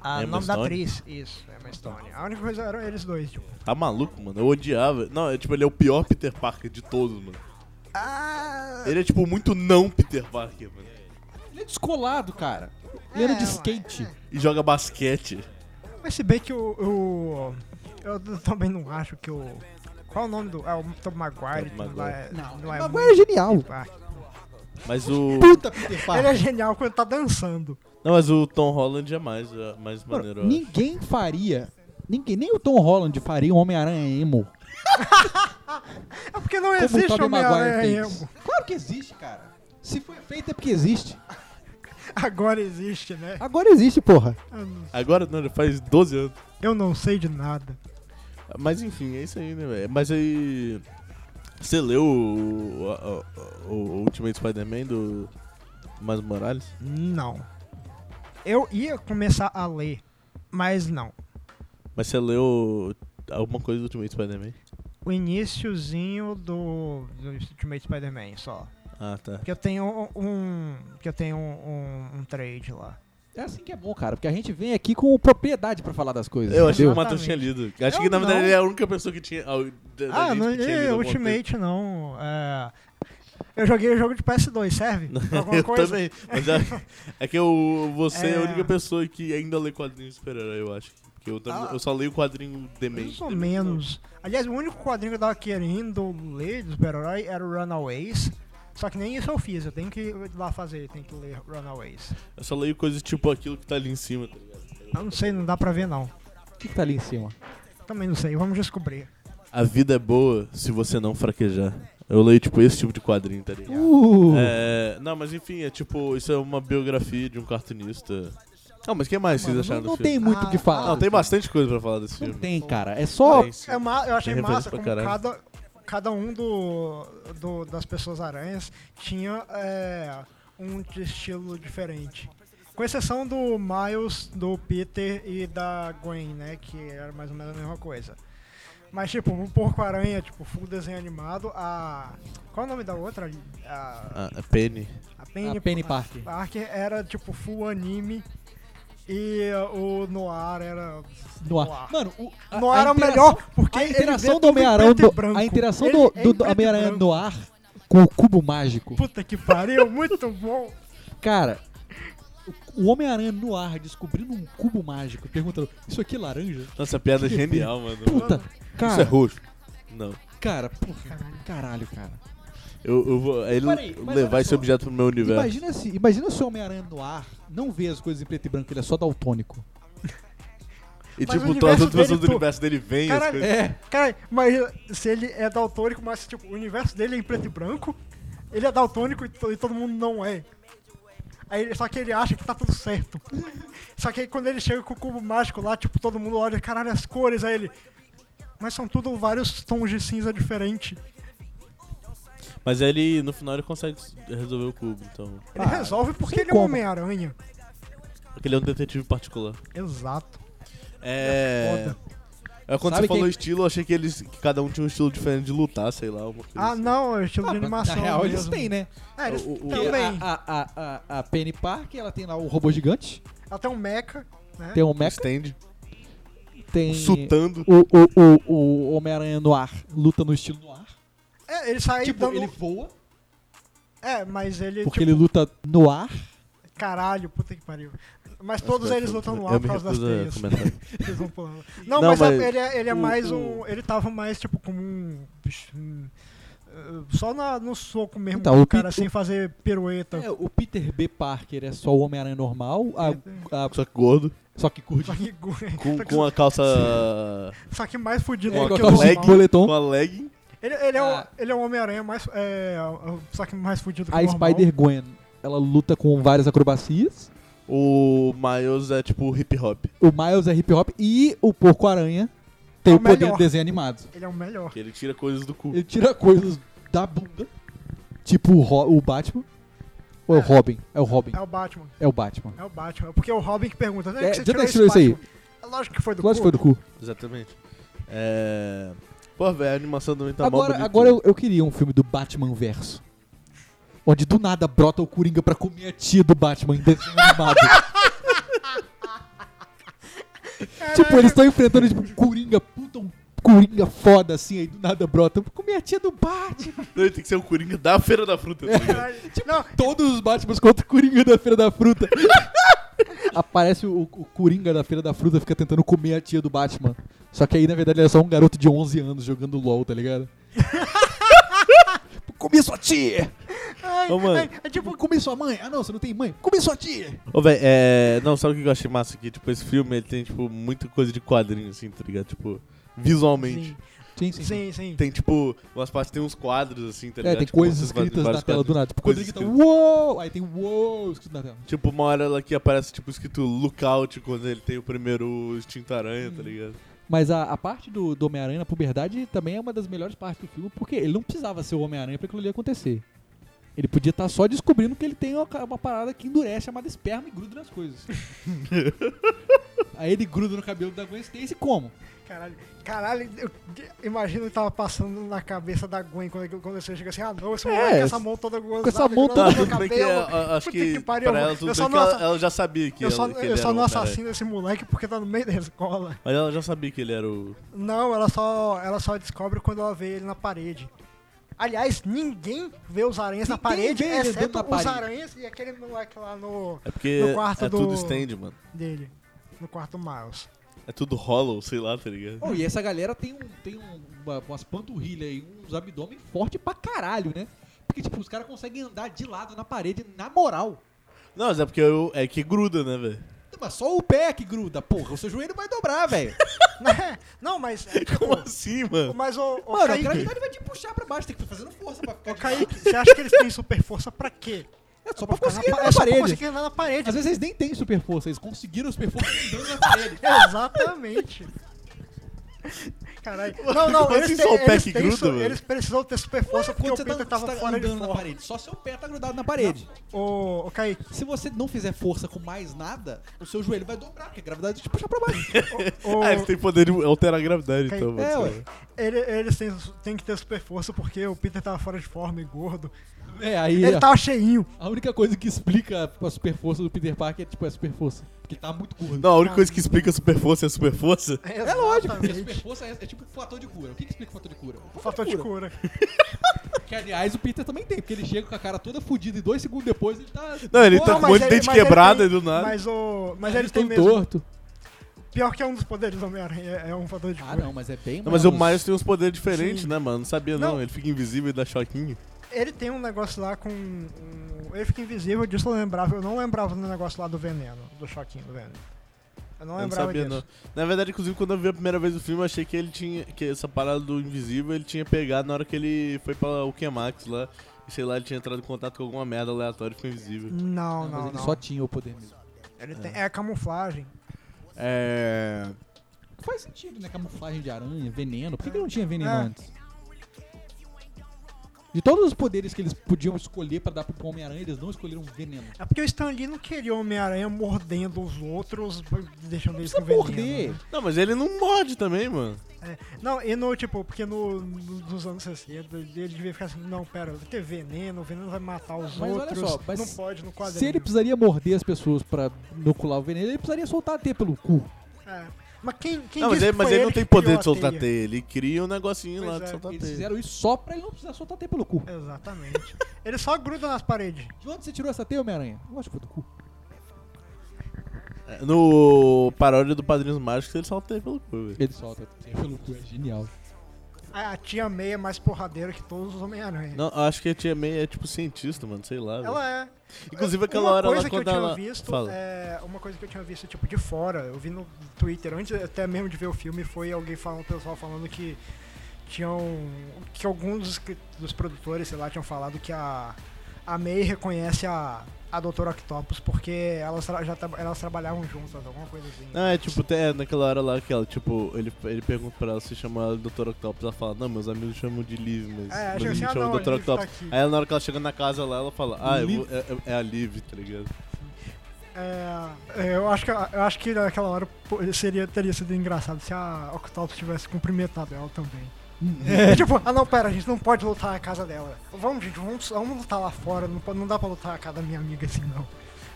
[SPEAKER 3] A
[SPEAKER 1] Emma
[SPEAKER 3] nome da
[SPEAKER 1] Stone?
[SPEAKER 3] atriz, isso, Emma Stone. A única coisa eram eles dois, tipo.
[SPEAKER 1] Tá maluco, mano? Eu odiava. Não, é tipo, ele é o pior Peter Parker de todos, mano.
[SPEAKER 3] Ah,
[SPEAKER 1] Ele é tipo muito não Peter Parker, mano.
[SPEAKER 2] Ele é descolado, cara. Ele era de skate.
[SPEAKER 1] E joga basquete.
[SPEAKER 3] mas se bem que o, o- eu d- também não acho que o qual é o nome do é o Tom Maguire,
[SPEAKER 1] Tobey
[SPEAKER 3] que não, é, não, é
[SPEAKER 2] Mas agora é genial.
[SPEAKER 3] muito Parker.
[SPEAKER 1] Mas o.
[SPEAKER 2] Puta Peter
[SPEAKER 3] Ele é
[SPEAKER 2] Parker.
[SPEAKER 3] genial quando tá dançando.
[SPEAKER 1] Não, mas o Tom Holland é mais, é mais
[SPEAKER 2] Mano,
[SPEAKER 1] maneiro. eu acho.
[SPEAKER 2] ninguém faria Ninguém, nem o Tom Holland faria um Homem-Aranha emo.
[SPEAKER 3] É porque não
[SPEAKER 2] Como o
[SPEAKER 3] existe
[SPEAKER 2] Tobey Maguire
[SPEAKER 3] Homem-Aranha
[SPEAKER 2] fez.
[SPEAKER 3] emo.
[SPEAKER 2] Claro que existe, cara. Se foi feito é porque existe.
[SPEAKER 3] Agora existe, né?
[SPEAKER 2] Agora existe, porra.
[SPEAKER 1] Agora não, já faz 12 anos.
[SPEAKER 3] Eu não sei de nada.
[SPEAKER 1] Mas enfim, é isso aí, né, velho? Mas aí. Você leu o, o- o- o Ultimate Spider-Man do Mais Morales?
[SPEAKER 3] Não. Eu ia começar a ler, mas não.
[SPEAKER 1] Mas você leu alguma coisa do Ultimate Spider-Man?
[SPEAKER 3] O iníciozinho do, do Ultimate Spider-Man só.
[SPEAKER 1] Ah, tá.
[SPEAKER 3] Que eu tenho um. Que eu tenho um, um trade lá.
[SPEAKER 2] É assim que é bom, cara, porque a gente vem aqui com propriedade pra falar das coisas.
[SPEAKER 1] Eu achei que o
[SPEAKER 2] entendeu?
[SPEAKER 1] Matheus tinha lido. Acho
[SPEAKER 3] Eu
[SPEAKER 1] que na verdade
[SPEAKER 3] não.
[SPEAKER 1] ele é a única pessoa que tinha. ah, o- da- da
[SPEAKER 3] Ah,
[SPEAKER 1] gente
[SPEAKER 3] não
[SPEAKER 1] que tinha lido
[SPEAKER 3] é
[SPEAKER 1] alguma
[SPEAKER 3] Ultimate não. É, eu joguei o jogo de PS2, serve?
[SPEAKER 1] coisa.
[SPEAKER 3] Pra alguma
[SPEAKER 1] eu
[SPEAKER 3] coisa?
[SPEAKER 1] também. Mas é, é que eu, você é. a
[SPEAKER 3] É.
[SPEAKER 1] única pessoa que ainda lê quadrinho de super-herói, eu acho. Porque eu, também-
[SPEAKER 3] Ah.
[SPEAKER 1] eu só leio o quadrinho demente.
[SPEAKER 3] Mais ou
[SPEAKER 1] demente,
[SPEAKER 3] menos. Aliás, o único quadrinho que eu tava querendo ler do super-herói era o Runaways. Só que nem isso eu fiz, eu tenho que ir lá fazer, tenho que ler Runaways.
[SPEAKER 1] não. Eu só leio coisas tipo aquilo que tá ali em cima, tá ligado?
[SPEAKER 3] Eu não sei, não dá pra ver não.
[SPEAKER 2] O que, que tá ali em cima?
[SPEAKER 3] Também não sei, vamos descobrir.
[SPEAKER 1] A vida é boa se você não fraquejar. Eu leio, tipo, esse tipo de quadrinho, tá ligado?
[SPEAKER 2] Uh,
[SPEAKER 1] É, não, mas enfim, é tipo, isso é uma biografia de um cartunista. Não, mas o que mais
[SPEAKER 2] mano,
[SPEAKER 1] vocês acharam
[SPEAKER 2] não, não
[SPEAKER 1] desse filme?
[SPEAKER 2] tem muito o que
[SPEAKER 3] Ah,
[SPEAKER 2] falar.
[SPEAKER 1] Não, tem bastante coisa pra falar desse
[SPEAKER 2] Não
[SPEAKER 1] filme.
[SPEAKER 2] tem, cara. É só.
[SPEAKER 1] Tem sim.
[SPEAKER 3] É ma- eu achei
[SPEAKER 1] Tem referência
[SPEAKER 3] massa
[SPEAKER 1] pra
[SPEAKER 3] como
[SPEAKER 1] caralho.
[SPEAKER 3] cada, cada um do, do- das pessoas aranhas tinha é, um de estilo diferente. Com exceção do Miles, do Peter e da Gwen, né? Que era mais ou menos a mesma coisa. Mas tipo, o Porco-Aranha, tipo, full desenho animado, a. Qual é o nome da outra? A,
[SPEAKER 1] Ah, é Penny.
[SPEAKER 3] a Penny,
[SPEAKER 2] a Penny Parker.
[SPEAKER 3] Parker era tipo full anime. E o Noir era.
[SPEAKER 2] No ar. Mano, o, a-
[SPEAKER 3] Noir
[SPEAKER 2] a
[SPEAKER 3] Ah. era o
[SPEAKER 2] interação-
[SPEAKER 3] melhor, porque
[SPEAKER 2] A
[SPEAKER 3] ele
[SPEAKER 2] interação do
[SPEAKER 3] vê tudo em
[SPEAKER 2] Homem-Aranha
[SPEAKER 3] preto e
[SPEAKER 2] do-
[SPEAKER 3] branco.
[SPEAKER 2] A interação
[SPEAKER 3] Ele
[SPEAKER 2] do,
[SPEAKER 3] é em
[SPEAKER 2] do, do
[SPEAKER 3] preto e
[SPEAKER 2] Homem-Aranha
[SPEAKER 3] branco.
[SPEAKER 2] no ar com o cubo mágico.
[SPEAKER 3] Puta que pariu, muito bom.
[SPEAKER 2] Cara, o- o Homem-Aranha no ar descobrindo um cubo mágico, perguntando: Isso aqui é laranja?
[SPEAKER 1] Nossa, a piada é
[SPEAKER 2] Que
[SPEAKER 1] genial, mano.
[SPEAKER 2] Puta,
[SPEAKER 1] Isso é
[SPEAKER 2] cara,
[SPEAKER 1] roxo. Não.
[SPEAKER 2] cara, porra, caralho, cara.
[SPEAKER 1] Eu, eu vou ele
[SPEAKER 2] Peraí, mas
[SPEAKER 1] levar
[SPEAKER 2] olha
[SPEAKER 1] esse
[SPEAKER 2] só.
[SPEAKER 1] objeto pro meu universo.
[SPEAKER 2] Imagina se, imagina se o Homem-Aranha no ar não vê as coisas em preto e branco, ele é só daltônico.
[SPEAKER 1] e
[SPEAKER 3] Mas
[SPEAKER 1] tipo,
[SPEAKER 3] o universo
[SPEAKER 1] todas as outras
[SPEAKER 3] dele
[SPEAKER 1] pessoas do
[SPEAKER 3] tu-
[SPEAKER 1] universo dele vêm as
[SPEAKER 3] Caralho,
[SPEAKER 1] coisas.
[SPEAKER 3] é.
[SPEAKER 2] Ah,
[SPEAKER 3] Cara, mas se ele é daltônico, mas tipo, o universo dele é em preto e branco, ele é daltônico e, to- e todo mundo não é. Aí, ele- só que ele acha que tá tudo certo. Só que aí quando ele chega com o cubo mágico lá, tipo, todo mundo olha, caralho, as cores, aí ele. Mas são tudo vários tons de cinza diferente.
[SPEAKER 1] Mas ele, no final, ele consegue resolver o cubo, então.
[SPEAKER 3] Ele
[SPEAKER 2] Ah,
[SPEAKER 3] resolve porque
[SPEAKER 2] sem
[SPEAKER 3] ele é um
[SPEAKER 2] como.
[SPEAKER 3] Homem-Aranha.
[SPEAKER 1] Porque ele é um detetive particular.
[SPEAKER 3] Exato.
[SPEAKER 1] É.
[SPEAKER 3] Foda.
[SPEAKER 1] é quando
[SPEAKER 2] Sabe
[SPEAKER 1] você falou
[SPEAKER 2] quem-
[SPEAKER 1] estilo, eu achei que eles. que cada um tinha um estilo diferente de lutar, sei lá, uma coisa
[SPEAKER 3] Ah,
[SPEAKER 1] assim.
[SPEAKER 3] não, é o estilo de
[SPEAKER 2] Na
[SPEAKER 3] animação.
[SPEAKER 2] real, eles
[SPEAKER 3] mesmo.
[SPEAKER 2] têm, né?
[SPEAKER 3] É, eles
[SPEAKER 1] O- o- o-
[SPEAKER 2] Porque
[SPEAKER 3] também.
[SPEAKER 2] A, a, a, a Penny Parker, ela tem lá o robô gigante,
[SPEAKER 3] Até um Mecha, né?
[SPEAKER 2] tem o Mecha,
[SPEAKER 1] Stand,
[SPEAKER 2] tem
[SPEAKER 1] sutando.
[SPEAKER 2] o, o, o, o Homem-Aranha no ar, luta no estilo no ar.
[SPEAKER 3] É, ele sai
[SPEAKER 2] tipo,
[SPEAKER 3] dando...
[SPEAKER 2] ele voa,
[SPEAKER 3] É, mas ele,
[SPEAKER 2] porque
[SPEAKER 3] tipo,
[SPEAKER 2] ele luta no ar.
[SPEAKER 3] caralho, puta que pariu. Mas todos eles lutam no
[SPEAKER 1] É, Eu
[SPEAKER 3] ar
[SPEAKER 1] me
[SPEAKER 3] por causa das
[SPEAKER 1] recuso a
[SPEAKER 3] teias.
[SPEAKER 1] comentar.
[SPEAKER 3] Eles vão pulando. Não,
[SPEAKER 1] Não,
[SPEAKER 3] mas, a-
[SPEAKER 1] mas
[SPEAKER 3] ele, é- ele é
[SPEAKER 1] o-
[SPEAKER 3] mais
[SPEAKER 1] o-
[SPEAKER 3] um... Ele tava mais, tipo, como um... bicho, um, eh, Só na- no soco mesmo,
[SPEAKER 2] Então, o
[SPEAKER 3] o cara
[SPEAKER 2] Pit-
[SPEAKER 3] sem fazer pirueta.
[SPEAKER 2] É, o Peter B. Parker é só o Homem-Aranha normal,
[SPEAKER 3] É.
[SPEAKER 2] a- a-
[SPEAKER 1] Só que gordo.
[SPEAKER 2] só que curte.
[SPEAKER 3] Só que, gu-
[SPEAKER 1] Com,
[SPEAKER 3] só que-
[SPEAKER 1] com a calça.
[SPEAKER 3] só que mais fudido
[SPEAKER 1] Com
[SPEAKER 2] É,
[SPEAKER 3] do que
[SPEAKER 1] a
[SPEAKER 3] o
[SPEAKER 2] botar
[SPEAKER 1] leg,
[SPEAKER 3] normal.
[SPEAKER 2] boletom.
[SPEAKER 1] Com a legging.
[SPEAKER 3] Ele, ele é um,
[SPEAKER 2] Ah.
[SPEAKER 3] ele é um Homem-Aranha mais... É, só que mais fudido que
[SPEAKER 2] A
[SPEAKER 3] o normal.
[SPEAKER 2] Spider-Gwen, ela luta com várias acrobacias.
[SPEAKER 1] O Miles é tipo hip hop.
[SPEAKER 2] O Miles é hip-hop e o Porco-Aranha tem
[SPEAKER 3] É
[SPEAKER 2] o,
[SPEAKER 3] o
[SPEAKER 2] poder do
[SPEAKER 3] melhor.
[SPEAKER 2] desenho animado.
[SPEAKER 3] Ele é o melhor.
[SPEAKER 1] Que ele tira coisas do cu.
[SPEAKER 2] Ele tira coisas da bunda, tipo o, Ro- o Batman. Ou é o
[SPEAKER 3] É.
[SPEAKER 2] Robin? É o Robin.
[SPEAKER 3] É o Batman.
[SPEAKER 2] É o Batman.
[SPEAKER 3] É o Batman. Porque é o Robin que pergunta. "Onde
[SPEAKER 2] É,
[SPEAKER 3] que você
[SPEAKER 2] de onde
[SPEAKER 3] tirou
[SPEAKER 2] é que tirou isso
[SPEAKER 3] esse
[SPEAKER 2] aí?"
[SPEAKER 3] Batman?" É Lógico que foi do
[SPEAKER 2] Lógico que
[SPEAKER 3] cu.
[SPEAKER 2] foi do cu.
[SPEAKER 1] Exatamente. É. Pô, velho, a animação também tá mó
[SPEAKER 2] agora
[SPEAKER 1] bonita.
[SPEAKER 2] agora eu, eu queria um filme do Batman verso. Onde do nada brota o Coringa pra comer a tia do Batman em desenho animado. tipo, eles estão enfrentando, tipo, Coringa, puta, um Coringa foda assim, aí do nada brota. "Vou Comer a tia do Batman.
[SPEAKER 1] Não, ele tem que ser o Coringa da Feira da Fruta. tá ligado?
[SPEAKER 3] Caralho. tipo, Não,
[SPEAKER 2] Todos os Batmans contra o Coringa da Feira da Fruta. Aparece o, o Coringa da Feira da Fruta, fica tentando comer a tia do Batman. Só que aí, na verdade, ele é só um garoto de 11 anos jogando LOL, tá ligado? comer sua tia!
[SPEAKER 3] Ai,
[SPEAKER 1] Ô, mano.
[SPEAKER 3] ai, é tipo,
[SPEAKER 2] Vou comer sua mãe! Ah não, você não tem mãe? Comer sua tia!
[SPEAKER 1] Ô, velho, é. Não, sabe o que eu achei massa aqui? Tipo, esse filme ele tem, tipo, muita coisa de quadrinho, assim, tá ligado? Tipo, visualmente.
[SPEAKER 3] sim,
[SPEAKER 2] Sim, sim. sim.
[SPEAKER 3] sim, sim.
[SPEAKER 1] Tem, tipo, umas partes tem uns quadros, assim, tá
[SPEAKER 2] É,
[SPEAKER 1] ligado?
[SPEAKER 2] tem
[SPEAKER 1] Tipo,
[SPEAKER 2] coisas
[SPEAKER 1] esses va-
[SPEAKER 2] escritas na
[SPEAKER 1] vários
[SPEAKER 2] tela do
[SPEAKER 1] quadros.
[SPEAKER 2] nada. Tipo, quando
[SPEAKER 1] Coisas
[SPEAKER 2] ele grita,
[SPEAKER 1] escritas.
[SPEAKER 2] uou! Aí tem uou escrito na tela.
[SPEAKER 1] Tipo, uma hora ela que aparece, tipo, escrito lookout quando ele tem o primeiro extinto aranha, tá ligado?
[SPEAKER 2] Mas a, a parte do, do Homem-Aranha na puberdade também é uma das melhores partes do filme, porque ele não precisava ser o Homem-Aranha pra aquilo ali acontecer. Ele podia estar só descobrindo que ele tem uma, ca- uma parada que endurece chamada esperma e gruda nas coisas. Aí ele gruda no cabelo da Gwen Stacy como?
[SPEAKER 3] Caralho, caralho, eu imagino o que tava passando na cabeça da Gwen quando, quando você chega assim, ah não, esse moleque
[SPEAKER 2] É,
[SPEAKER 3] com essa mão toda gozada,
[SPEAKER 2] com essa mão
[SPEAKER 3] grudando
[SPEAKER 1] Tá,
[SPEAKER 2] toda-
[SPEAKER 3] no meu
[SPEAKER 1] tudo bem que
[SPEAKER 3] cabelo.
[SPEAKER 1] a- a- acho
[SPEAKER 3] Puta
[SPEAKER 1] que,
[SPEAKER 3] que pariu,
[SPEAKER 1] pra ela,
[SPEAKER 3] mano.
[SPEAKER 1] tudo bem
[SPEAKER 3] Eu só
[SPEAKER 1] que
[SPEAKER 3] não
[SPEAKER 1] ela,
[SPEAKER 3] ass-
[SPEAKER 1] ela já sabia que,
[SPEAKER 3] Eu só,
[SPEAKER 1] ela, que ele é
[SPEAKER 3] eu
[SPEAKER 1] era um
[SPEAKER 3] só
[SPEAKER 1] o
[SPEAKER 3] não
[SPEAKER 1] Homem-Aranha.
[SPEAKER 3] assassino esse moleque porque tá no meio da escola.
[SPEAKER 1] Mas ela já sabia que ele era o...
[SPEAKER 3] Não, ela só, ela só descobre quando ela vê ele na parede. Aliás, ninguém vê os aranhas na
[SPEAKER 2] Ninguém
[SPEAKER 3] parede,
[SPEAKER 2] vê ele
[SPEAKER 3] exceto
[SPEAKER 2] dentro da
[SPEAKER 3] os
[SPEAKER 2] parede.
[SPEAKER 3] aranhas e aquele moleque lá no
[SPEAKER 1] É porque
[SPEAKER 3] No quarto
[SPEAKER 1] é
[SPEAKER 3] do-
[SPEAKER 1] tudo stand, mano.
[SPEAKER 3] dele, no quarto Miles.
[SPEAKER 1] É tudo hollow, sei lá, tá ligado?
[SPEAKER 2] Oh, e essa galera tem, um, tem um, uma- umas panturrilhas e uns abdômen forte pra caralho, né? Porque, tipo, os caras conseguem andar de lado na parede, na moral.
[SPEAKER 1] Não, mas é porque eu, é que gruda, né, velho?
[SPEAKER 2] Mas só o pé que gruda, porra. O seu joelho vai dobrar, velho.
[SPEAKER 3] não, mas é, tipo,
[SPEAKER 1] Como assim, mano?
[SPEAKER 3] mas o, o
[SPEAKER 2] Mano, a
[SPEAKER 3] Kaique,
[SPEAKER 2] gravidade vai te puxar pra baixo. Tem que ficar fazendo força pra ficar
[SPEAKER 3] o
[SPEAKER 2] de
[SPEAKER 3] Kaique, você acha que eles têm super força pra quê?
[SPEAKER 2] É só pra
[SPEAKER 3] na
[SPEAKER 2] conseguir
[SPEAKER 3] pa-
[SPEAKER 2] andar
[SPEAKER 3] é
[SPEAKER 2] na
[SPEAKER 3] só pra
[SPEAKER 2] parede.
[SPEAKER 3] conseguir andar na parede.
[SPEAKER 2] Às vezes eles nem têm super força, eles conseguiram super força andando na parede.
[SPEAKER 3] Exatamente. Caralho. Não, não,
[SPEAKER 1] Como
[SPEAKER 3] eles,
[SPEAKER 1] assim
[SPEAKER 3] têm-
[SPEAKER 1] só o pé
[SPEAKER 3] eles
[SPEAKER 1] que
[SPEAKER 3] têm
[SPEAKER 1] gruda,
[SPEAKER 3] isso-
[SPEAKER 1] velho?
[SPEAKER 3] eles precisam ter super força porque
[SPEAKER 2] Quando
[SPEAKER 3] o
[SPEAKER 2] você
[SPEAKER 3] Peter
[SPEAKER 2] tá,
[SPEAKER 3] tava
[SPEAKER 2] você tá
[SPEAKER 3] fora de
[SPEAKER 2] andando na
[SPEAKER 3] forma.
[SPEAKER 2] parede, só seu pé tá grudado na parede.
[SPEAKER 3] Ô, ô, Kaique,
[SPEAKER 2] Se você não fizer força com mais nada, o seu joelho vai dobrar, porque a gravidade vai te puxar pra baixo.
[SPEAKER 3] ô,
[SPEAKER 1] Ah, eles têm poder de alterar a gravidade,
[SPEAKER 3] Cai-
[SPEAKER 1] então, mano.
[SPEAKER 2] É,
[SPEAKER 1] sei
[SPEAKER 2] ué.
[SPEAKER 1] lá.
[SPEAKER 3] ele- eles têm, têm que ter super força porque o Peter tava fora de forma e gordo.
[SPEAKER 2] É, aí
[SPEAKER 3] Ele tá- tava cheinho.
[SPEAKER 2] a única coisa que explica a super força do Peter Parker é tipo a super força. Porque ele tá muito gordo.
[SPEAKER 1] Não, a única coisa que explica a super força é a super força.
[SPEAKER 2] É lógico, porque a super
[SPEAKER 3] Exatamente.
[SPEAKER 2] força é, é tipo um fator de cura. O que, que explica o fator de cura? O
[SPEAKER 3] Fator de cura.
[SPEAKER 2] Que aliás o Peter também tem, porque ele chega com a cara toda fodida e dois segundos depois ele tá.
[SPEAKER 1] Não, ele
[SPEAKER 3] Não,
[SPEAKER 1] tá com um
[SPEAKER 3] mas
[SPEAKER 1] monte de
[SPEAKER 3] ele-
[SPEAKER 1] dente
[SPEAKER 3] mas ele
[SPEAKER 1] quebrado
[SPEAKER 3] tem-
[SPEAKER 1] aí do nada.
[SPEAKER 3] Mas, o, mas
[SPEAKER 2] Ele
[SPEAKER 3] ele tem
[SPEAKER 2] todo
[SPEAKER 3] mesmo.
[SPEAKER 2] torto.
[SPEAKER 3] Pior que é um dos poderes do Homem-Aranha, é é um fator de
[SPEAKER 2] Ah,
[SPEAKER 3] cura.
[SPEAKER 2] não, mas é bem
[SPEAKER 1] Não, mas o
[SPEAKER 2] menos.
[SPEAKER 1] Miles tem uns poderes diferentes,
[SPEAKER 3] Sim.
[SPEAKER 1] né, mano? Não sabia, não.
[SPEAKER 3] Não.
[SPEAKER 1] Ele fica invisível e dá choquinho.
[SPEAKER 3] Ele tem um negócio lá com. um- ele fica invisível, disso eu lembrava. Eu não lembrava do negócio lá do veneno, do choquinho do veneno. Eu
[SPEAKER 1] Eu
[SPEAKER 3] não
[SPEAKER 1] não
[SPEAKER 3] lembrava
[SPEAKER 1] sabia,
[SPEAKER 3] disso.
[SPEAKER 1] não. Na verdade, inclusive, quando eu vi a primeira vez o filme, eu achei que ele tinha. Que essa parada do invisível ele tinha pegado na hora que ele foi pra Ukemax lá. E sei lá, ele tinha entrado em contato com alguma merda aleatória e ficou invisível.
[SPEAKER 3] Não,
[SPEAKER 2] Não, mas
[SPEAKER 3] não, não.
[SPEAKER 2] ele só tinha o poder mesmo.
[SPEAKER 3] Ele tem, é camuflagem.
[SPEAKER 1] É.
[SPEAKER 2] Faz sentido, né? Camuflagem de aranha, veneno. Por que, que ele não tinha veneno
[SPEAKER 3] É.
[SPEAKER 2] antes? De todos os poderes que eles podiam escolher pra dar pro Homem-Aranha, eles não escolheram veneno.
[SPEAKER 3] É porque o Stan Lee não queria o Homem-Aranha mordendo os outros, deixando eles
[SPEAKER 2] Precisa
[SPEAKER 3] com veneno.
[SPEAKER 2] morder.
[SPEAKER 3] né?
[SPEAKER 1] Não, mas ele não morde também, mano.
[SPEAKER 3] É. Não, e no, tipo, porque no, no- nos anos 60 ele devia ficar assim, não, pera, vai ter veneno, o veneno vai matar os
[SPEAKER 2] Mas olha
[SPEAKER 3] outros.
[SPEAKER 2] só, mas
[SPEAKER 3] não pode no quadrinho.
[SPEAKER 2] Se ele precisaria morder as pessoas pra inocular o veneno, ele precisaria soltar a teia pelo cu.
[SPEAKER 3] É. Mas quem, quem
[SPEAKER 1] não, mas
[SPEAKER 3] disse
[SPEAKER 1] ele,
[SPEAKER 3] que
[SPEAKER 1] mas
[SPEAKER 3] foi
[SPEAKER 1] ele não
[SPEAKER 3] que
[SPEAKER 1] tem
[SPEAKER 3] criou
[SPEAKER 1] poder
[SPEAKER 3] a
[SPEAKER 1] de soltar teia.
[SPEAKER 3] teia?
[SPEAKER 1] Ele cria um negocinho
[SPEAKER 3] Pois
[SPEAKER 1] lá de
[SPEAKER 3] é,
[SPEAKER 1] soltar
[SPEAKER 2] Eles
[SPEAKER 1] teia.
[SPEAKER 2] fizeram isso só pra ele não precisar soltar a teia pelo cu.
[SPEAKER 3] Exatamente. ele só gruda nas paredes.
[SPEAKER 2] De onde você tirou essa teia, Homem-Aranha? Eu acho que foi do cu.
[SPEAKER 1] É, No paródia do Padrinhos Mágicos, ele solta teia pelo cu, velho.
[SPEAKER 2] Ele solta a teia pelo cu, é genial.
[SPEAKER 3] A, a tia May é mais porradeira que todos os Homem-Aranha.
[SPEAKER 1] Não, eu acho que a tia May é tipo cientista, mano, sei lá. velho.
[SPEAKER 3] Ela é.
[SPEAKER 1] Inclusive aquela
[SPEAKER 3] uma
[SPEAKER 1] hora
[SPEAKER 3] coisa
[SPEAKER 1] lá
[SPEAKER 3] que eu
[SPEAKER 1] quando
[SPEAKER 3] tinha
[SPEAKER 1] ela.
[SPEAKER 3] visto
[SPEAKER 1] Fala.
[SPEAKER 3] é uma coisa que eu tinha visto tipo de fora eu vi no Twitter antes até mesmo de ver o filme foi alguém falando o pessoal falando que tinham que alguns dos, escri- dos produtores sei lá tinham falado que a a May reconhece a a Doutora Octopus porque elas tra- já tra- elas trabalhavam juntas alguma coisa assim
[SPEAKER 1] Não, é tipo, tem- é naquela hora lá que ela, tipo, ele, ele pergunta pra ela se chama ela Dr. Octopus, ela fala, não, meus amigos chamam de Liv, mas,
[SPEAKER 3] É,
[SPEAKER 1] mas
[SPEAKER 3] achei
[SPEAKER 1] me
[SPEAKER 3] assim, ah,
[SPEAKER 1] chamam
[SPEAKER 3] não,
[SPEAKER 1] Dr.
[SPEAKER 3] Liv tá
[SPEAKER 1] um, Octopus. É,
[SPEAKER 3] aqui.
[SPEAKER 1] Aí na hora que ela chega na casa lá, ela fala, ah, eu vou- é, é- é a Liv, tá ligado?
[SPEAKER 3] É, é, eu acho que eu acho que naquela hora pô, seria teria sido engraçado se a Octopus tivesse cumprimentado ela também É tipo, ah não, pera, a gente não pode lutar na casa dela. Vamos, gente, vamos, vamos lutar lá fora. Não, po- não dá pra lutar na casa da minha amiga assim, não.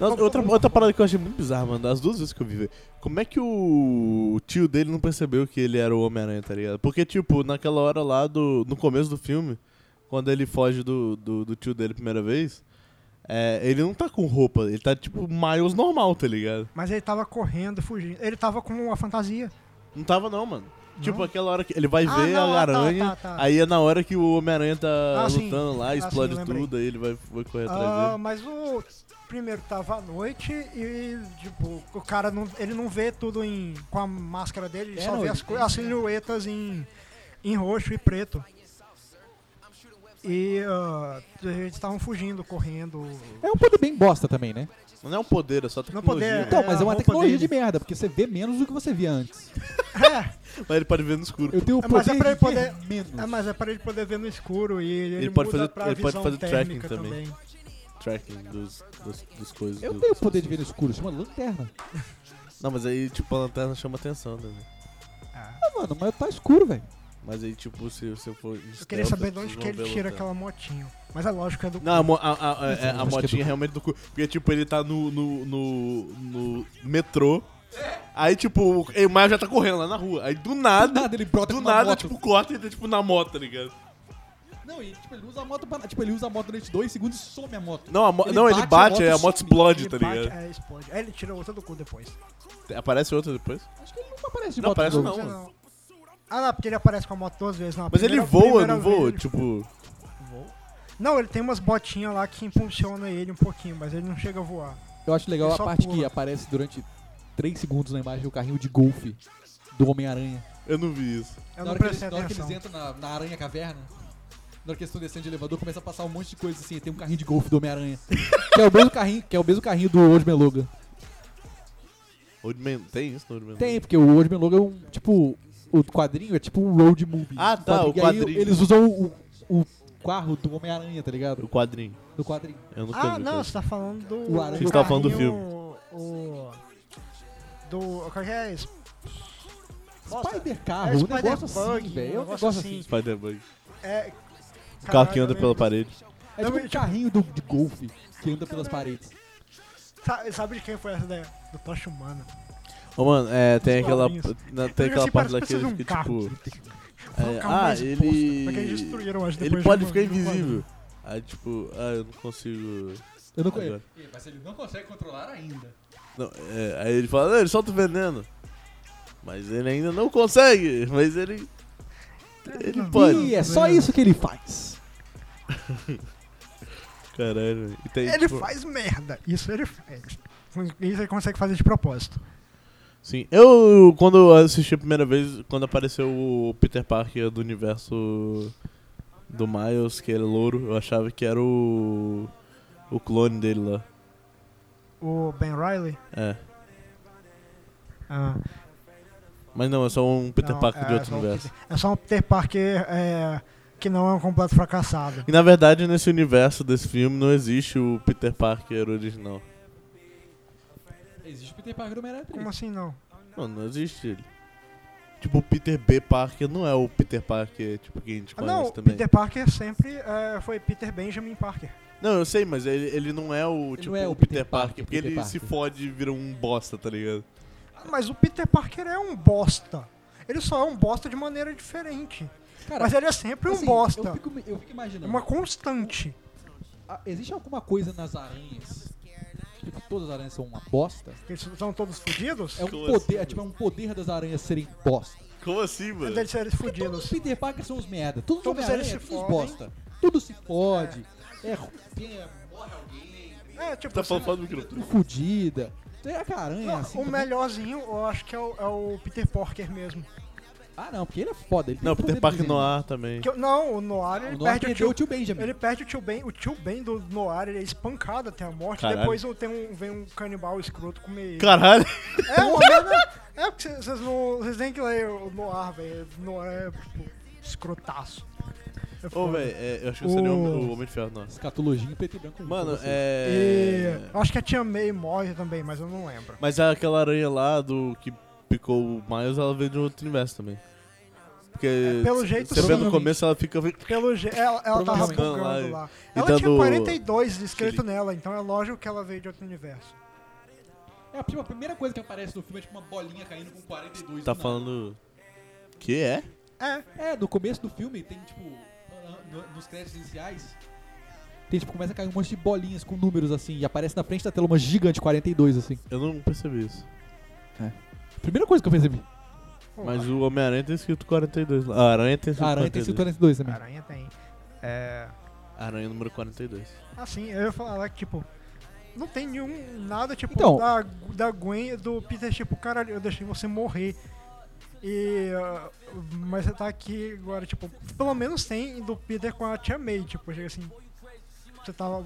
[SPEAKER 1] Nossa, outra, outra parada que eu achei muito bizarra, mano, das duas vezes que eu vi, velho, como é que o tio dele não percebeu que ele era o Homem-Aranha, tá ligado? Porque, tipo, naquela hora lá, do, no começo do filme, quando ele foge do, do, do tio dele a primeira vez, é, ele não tá com roupa, ele tá, tipo, Miles normal, tá ligado?
[SPEAKER 3] Mas ele tava correndo, fugindo. Ele tava com uma fantasia.
[SPEAKER 1] Não tava não, mano. Tipo, aquela hora que ele vai
[SPEAKER 3] Ah,
[SPEAKER 1] ver
[SPEAKER 3] não,
[SPEAKER 1] a
[SPEAKER 3] ah, tá,
[SPEAKER 1] aranha,
[SPEAKER 3] tá, tá.
[SPEAKER 1] aí é na hora que o Homem-Aranha tá
[SPEAKER 3] Ah, sim.
[SPEAKER 1] lutando lá,
[SPEAKER 3] Ah,
[SPEAKER 1] explode
[SPEAKER 3] sim, lembrei.
[SPEAKER 1] tudo, aí ele vai, vai correr atrás
[SPEAKER 3] Ah,
[SPEAKER 1] dele.
[SPEAKER 3] mas o primeiro tava à noite e, tipo, o cara não, ele não vê tudo em, com a máscara dele, ele
[SPEAKER 2] É,
[SPEAKER 3] só
[SPEAKER 2] não,
[SPEAKER 3] vê as,
[SPEAKER 2] ele-
[SPEAKER 3] co- as silhuetas em, em roxo e preto. E ah, eles estavam fugindo, correndo.
[SPEAKER 2] É um poder bem bosta também, né?
[SPEAKER 1] Não é um poder, é só tecnologia.
[SPEAKER 3] poder,
[SPEAKER 1] né?
[SPEAKER 2] Então, mas é
[SPEAKER 3] a
[SPEAKER 2] uma
[SPEAKER 3] roupa
[SPEAKER 2] tecnologia
[SPEAKER 3] dele.
[SPEAKER 2] de merda, porque você vê menos do que você via antes.
[SPEAKER 3] É,
[SPEAKER 1] Mas ele pode ver no escuro.
[SPEAKER 2] Eu tenho o
[SPEAKER 3] É, mas
[SPEAKER 2] poder
[SPEAKER 3] é pra
[SPEAKER 2] de
[SPEAKER 3] ele
[SPEAKER 2] ver
[SPEAKER 3] poder-
[SPEAKER 2] menos.
[SPEAKER 3] é, mas é para ele poder ver no escuro e ele,
[SPEAKER 1] Ele pode
[SPEAKER 3] muda
[SPEAKER 1] fazer-
[SPEAKER 3] pra
[SPEAKER 1] ele pode
[SPEAKER 3] visão
[SPEAKER 1] fazer tracking
[SPEAKER 3] térmica
[SPEAKER 1] também. Tracking dos, dos, dos coisas.
[SPEAKER 2] Eu assim.
[SPEAKER 1] dos-
[SPEAKER 2] tenho o poder de ver no escuro, chama lanterna.
[SPEAKER 1] Não, mas aí, tipo, a lanterna chama atenção, né?
[SPEAKER 2] Ah, mano, mas tá escuro, velho.
[SPEAKER 1] Mas aí, tipo, se você for.
[SPEAKER 3] Eu queria saber de onde que ele tira aquela motinho. Mas é lógico, é do
[SPEAKER 1] Não, a, mo- a, a- a- é, a
[SPEAKER 2] Acho que é
[SPEAKER 1] motinha
[SPEAKER 2] do-
[SPEAKER 1] realmente do cu. Porque, tipo, ele tá no, no, no, no metrô. Aí, tipo, o- e o Maio já tá correndo lá na rua. Aí, do nada, Ah, do nada,
[SPEAKER 2] ele brota com uma moto.
[SPEAKER 1] tipo, corta e tá, tipo, na moto, tá ligado?
[SPEAKER 2] Não, e tipo, ele usa a moto pra... Tipo, ele usa a moto durante dois segundos e some a moto.
[SPEAKER 1] Não, a mo-
[SPEAKER 2] Ele
[SPEAKER 1] não ele
[SPEAKER 2] bate, a
[SPEAKER 1] bate,
[SPEAKER 2] moto
[SPEAKER 1] aí a moto explode,
[SPEAKER 3] ele
[SPEAKER 1] tá
[SPEAKER 3] bate,
[SPEAKER 1] ligado?
[SPEAKER 3] é, explode. Aí ele tira outra do cu depois.
[SPEAKER 1] Aparece outra depois?
[SPEAKER 2] Acho que ele nunca aparece de
[SPEAKER 1] Não,
[SPEAKER 2] moto
[SPEAKER 1] aparece
[SPEAKER 2] de
[SPEAKER 1] não.
[SPEAKER 2] novo.
[SPEAKER 3] Você não. Ah, não, porque ele aparece com a moto duas vezes. Não,
[SPEAKER 1] Mas ele
[SPEAKER 3] primeira-
[SPEAKER 1] voa,
[SPEAKER 3] primeira
[SPEAKER 1] não
[SPEAKER 3] vez
[SPEAKER 1] voa?
[SPEAKER 3] ele-
[SPEAKER 1] Tipo,
[SPEAKER 3] Não, ele tem umas botinhas lá que impulsiona ele um pouquinho, mas ele não chega a voar.
[SPEAKER 2] Eu acho legal
[SPEAKER 3] Ele
[SPEAKER 2] a
[SPEAKER 3] só
[SPEAKER 2] parte
[SPEAKER 3] pula.
[SPEAKER 2] que aparece durante três segundos na imagem o carrinho de golfe do Homem-Aranha.
[SPEAKER 1] eu não vi isso.
[SPEAKER 2] na
[SPEAKER 3] Eu não
[SPEAKER 2] hora, que eles,
[SPEAKER 3] prestei
[SPEAKER 2] na hora que
[SPEAKER 3] atenção.
[SPEAKER 2] eles entram na, na aranha caverna, na hora que eles estão descendo de elevador, começa a passar um monte de coisa assim, tem um carrinho de golfe do Homem-Aranha. que é o mesmo carrinho, que é o mesmo carrinho do Old Man Logan.
[SPEAKER 1] Old Man, tem isso no Old Man?
[SPEAKER 2] Tem, porque o Old Man Logan é um, tipo, o quadrinho é tipo um road movie.
[SPEAKER 1] Ah, tá, o
[SPEAKER 2] E aí
[SPEAKER 1] quadrinho.
[SPEAKER 2] eles usam o, o, o carro do Homem-Aranha, tá ligado?
[SPEAKER 1] O quadrinho.
[SPEAKER 2] Do quadrinho.
[SPEAKER 1] Eu nunca
[SPEAKER 3] Ah,
[SPEAKER 1] vi.
[SPEAKER 3] não,
[SPEAKER 1] cara.
[SPEAKER 3] você tá falando do.
[SPEAKER 2] O Aranha.
[SPEAKER 1] Você tá falando do
[SPEAKER 3] carrinho, O. Do. Qual que é esse?
[SPEAKER 2] Spider
[SPEAKER 3] É
[SPEAKER 2] Carro, um
[SPEAKER 3] Spider
[SPEAKER 2] negócio assim,
[SPEAKER 3] Bug,
[SPEAKER 2] velho. É
[SPEAKER 3] um
[SPEAKER 2] um
[SPEAKER 3] negócio
[SPEAKER 2] negócio assim.
[SPEAKER 3] assim.
[SPEAKER 1] Spider-Man.
[SPEAKER 3] É.
[SPEAKER 1] O carro que
[SPEAKER 3] Caralho,
[SPEAKER 1] anda
[SPEAKER 3] eu
[SPEAKER 1] pela
[SPEAKER 3] lembro.
[SPEAKER 1] parede.
[SPEAKER 2] É tipo um carrinho do, de golfe que anda pelas paredes.
[SPEAKER 3] Sa- Sabe de quem foi essa ideia? Do Tocha Humana.
[SPEAKER 1] Ô, mano, é, tem
[SPEAKER 3] Os
[SPEAKER 1] aquela,
[SPEAKER 3] novinhos.
[SPEAKER 1] na- tem
[SPEAKER 3] Eu
[SPEAKER 1] aquela parte
[SPEAKER 3] sei, parece
[SPEAKER 1] lá
[SPEAKER 3] que
[SPEAKER 1] que ele
[SPEAKER 3] precisa de
[SPEAKER 1] fica,
[SPEAKER 3] um carro
[SPEAKER 1] tipo...
[SPEAKER 3] aqui.
[SPEAKER 1] É,
[SPEAKER 3] Foi um carro
[SPEAKER 1] ah,
[SPEAKER 3] mais bosta,
[SPEAKER 1] ele.
[SPEAKER 3] porque eles destruíram, acho,
[SPEAKER 1] ele
[SPEAKER 3] depois
[SPEAKER 1] pode
[SPEAKER 3] de uma-
[SPEAKER 1] ficar
[SPEAKER 3] de um
[SPEAKER 1] invisível. Aí, tipo, ah, eu não consigo.
[SPEAKER 2] Eu não
[SPEAKER 1] Agora.
[SPEAKER 2] conheço. é. Mas ele não consegue controlar ainda.
[SPEAKER 1] Não, é, aí ele fala, "Ah, ele solta o veneno. Mas ele ainda não consegue. Mas ele. Ele pode.
[SPEAKER 2] E é só isso que ele faz.
[SPEAKER 1] Caralho. E tem,
[SPEAKER 3] Ele
[SPEAKER 1] tipo,
[SPEAKER 3] faz merda. Isso ele faz. Isso ele consegue fazer de propósito.
[SPEAKER 1] Sim. Eu, quando eu assisti a primeira vez, quando apareceu o Peter Parker do universo do Miles, que era louro, eu achava que era o. O clone dele lá.
[SPEAKER 3] O Ben Riley.
[SPEAKER 1] É.
[SPEAKER 3] Ah,
[SPEAKER 1] Mas não, é só um Peter
[SPEAKER 3] não,
[SPEAKER 1] Parker de
[SPEAKER 3] é
[SPEAKER 1] outro
[SPEAKER 3] só um
[SPEAKER 1] universo.
[SPEAKER 3] Peter- É só um Peter Parker é, que não é um completo fracassado.
[SPEAKER 1] E na verdade, nesse universo desse filme, não existe o Peter Parker original.
[SPEAKER 2] Existe o Peter Parker do Homem-Aranha
[SPEAKER 3] Como assim não?
[SPEAKER 1] Não, não existe ele. Tipo, o Peter B. Parker não é o Peter Parker, tipo, que a gente
[SPEAKER 3] Ah,
[SPEAKER 1] conhece
[SPEAKER 3] não, o
[SPEAKER 1] também.
[SPEAKER 3] Peter Parker sempre é, foi Peter Benjamin Parker.
[SPEAKER 1] Não, eu sei, mas ele, ele não é o, tipo,
[SPEAKER 2] não é
[SPEAKER 1] o
[SPEAKER 2] o
[SPEAKER 1] Peter,
[SPEAKER 2] Peter
[SPEAKER 1] Parker,
[SPEAKER 2] Parker,
[SPEAKER 1] porque
[SPEAKER 2] Peter
[SPEAKER 1] ele se
[SPEAKER 2] Parker.
[SPEAKER 1] fode e vira um bosta, tá ligado?
[SPEAKER 3] Ah, Mas o Peter Parker é um bosta. Ele só é um bosta de maneira diferente.
[SPEAKER 2] Cara,
[SPEAKER 3] Mas ele é sempre um
[SPEAKER 2] assim, Eu
[SPEAKER 3] bosta.
[SPEAKER 2] fico, eu fico
[SPEAKER 3] É
[SPEAKER 2] imaginando.
[SPEAKER 3] uma constante.
[SPEAKER 2] Ah, Existe alguma coisa nas aranhas? Tipo, todas as aranhas são uma bosta?
[SPEAKER 3] Eles são todos fodidos?
[SPEAKER 2] É um
[SPEAKER 1] Como
[SPEAKER 2] poder,
[SPEAKER 1] assim?
[SPEAKER 2] é tipo, é um poder das aranhas serem bosta.
[SPEAKER 1] Como assim, mano?
[SPEAKER 3] Eles eles
[SPEAKER 2] Todos os
[SPEAKER 3] fodidos.
[SPEAKER 2] Peter Parker são os merda. Todos os
[SPEAKER 3] Todos
[SPEAKER 2] Homem-Aranha
[SPEAKER 3] eles se
[SPEAKER 2] são os
[SPEAKER 3] fodem.
[SPEAKER 2] bosta. Tudo se fode. É, ruim, é morre alguém,
[SPEAKER 3] É, tipo,
[SPEAKER 1] Tá
[SPEAKER 3] assim,
[SPEAKER 1] falando do microfone.
[SPEAKER 2] tudo fodida. Tem a aranha
[SPEAKER 3] Não,
[SPEAKER 2] assim.
[SPEAKER 3] o
[SPEAKER 2] também.
[SPEAKER 3] melhorzinho eu acho que é o, é o Peter Parker mesmo.
[SPEAKER 2] Ah, não, porque ele é foda. Ele tem
[SPEAKER 1] Não, é. o
[SPEAKER 2] poder
[SPEAKER 1] Peter
[SPEAKER 2] do
[SPEAKER 1] Parker
[SPEAKER 2] desenho.
[SPEAKER 1] no ar também.
[SPEAKER 3] Que eu- não, o Noir ele
[SPEAKER 2] O Noir
[SPEAKER 3] perde o
[SPEAKER 2] perdeu
[SPEAKER 3] tio,
[SPEAKER 2] o tio Benjamin.
[SPEAKER 3] Ele perde o tio Ben. O tio Ben do Noir ele é espancado até a morte.
[SPEAKER 1] Caralho.
[SPEAKER 3] Depois tem um, vem um canibal escroto comer ele.
[SPEAKER 1] Caralho!
[SPEAKER 3] É uma merda. É porque vocês não. Vocês têm que ler o Noir, velho. O Noir é tipo, escrotaço. É
[SPEAKER 1] Ô,
[SPEAKER 3] foda.
[SPEAKER 1] velho, é, eu acho que eu seria o
[SPEAKER 3] O-
[SPEAKER 1] Homem- o Homem de Ferro, nossa.
[SPEAKER 2] Escatologia em preto e branco. assim.
[SPEAKER 1] Mano,
[SPEAKER 2] Como
[SPEAKER 1] é.
[SPEAKER 3] assim? E eu acho que a Tia May morre também, mas eu não lembro.
[SPEAKER 1] Mas é aquela aranha lá do que picou o Miles, ela veio de um outro universo também. Porque
[SPEAKER 3] É, pelo jeito,
[SPEAKER 1] você vê no
[SPEAKER 3] sim.
[SPEAKER 1] começo ela fica
[SPEAKER 3] Pelo jeito, ela, ela tava
[SPEAKER 2] Provavelmente.
[SPEAKER 3] bugando
[SPEAKER 1] Lá e-
[SPEAKER 3] lá.
[SPEAKER 1] e
[SPEAKER 3] Ela tinha
[SPEAKER 1] dando-
[SPEAKER 3] 42 escrito
[SPEAKER 1] Chile.
[SPEAKER 3] nela, então é lógico que ela veio de outro universo.
[SPEAKER 2] É, tipo, a primeira coisa que aparece no filme é tipo uma bolinha caindo com 42.
[SPEAKER 1] tá
[SPEAKER 2] do nada.
[SPEAKER 1] falando que é?
[SPEAKER 3] É,
[SPEAKER 2] É, no começo do filme tem, tipo, no- no- nos créditos iniciais, tem, tipo, começa a cair um monte de bolinhas com números, assim, e aparece na frente da tela uma gigante 42, assim.
[SPEAKER 1] Eu não percebi isso.
[SPEAKER 2] Primeira coisa que eu percebi.
[SPEAKER 1] Mas o Homem-Aranha tem escrito 42. lá. Ah, A Aranha tem escrito
[SPEAKER 2] Aranha tem
[SPEAKER 1] 42.
[SPEAKER 2] 142 também.
[SPEAKER 3] Aranha tem. É.
[SPEAKER 1] Aranha número 42.
[SPEAKER 3] Assim, eu ia falar que, tipo. Não tem nenhum. Nada, tipo,
[SPEAKER 2] Então-
[SPEAKER 3] da, da Gwen e do Peter, tipo, caralho, eu deixei você morrer. E. ah, mas você tá aqui agora, tipo. Pelo menos tem do Peter com a tia May, tipo, chega assim. Você tava.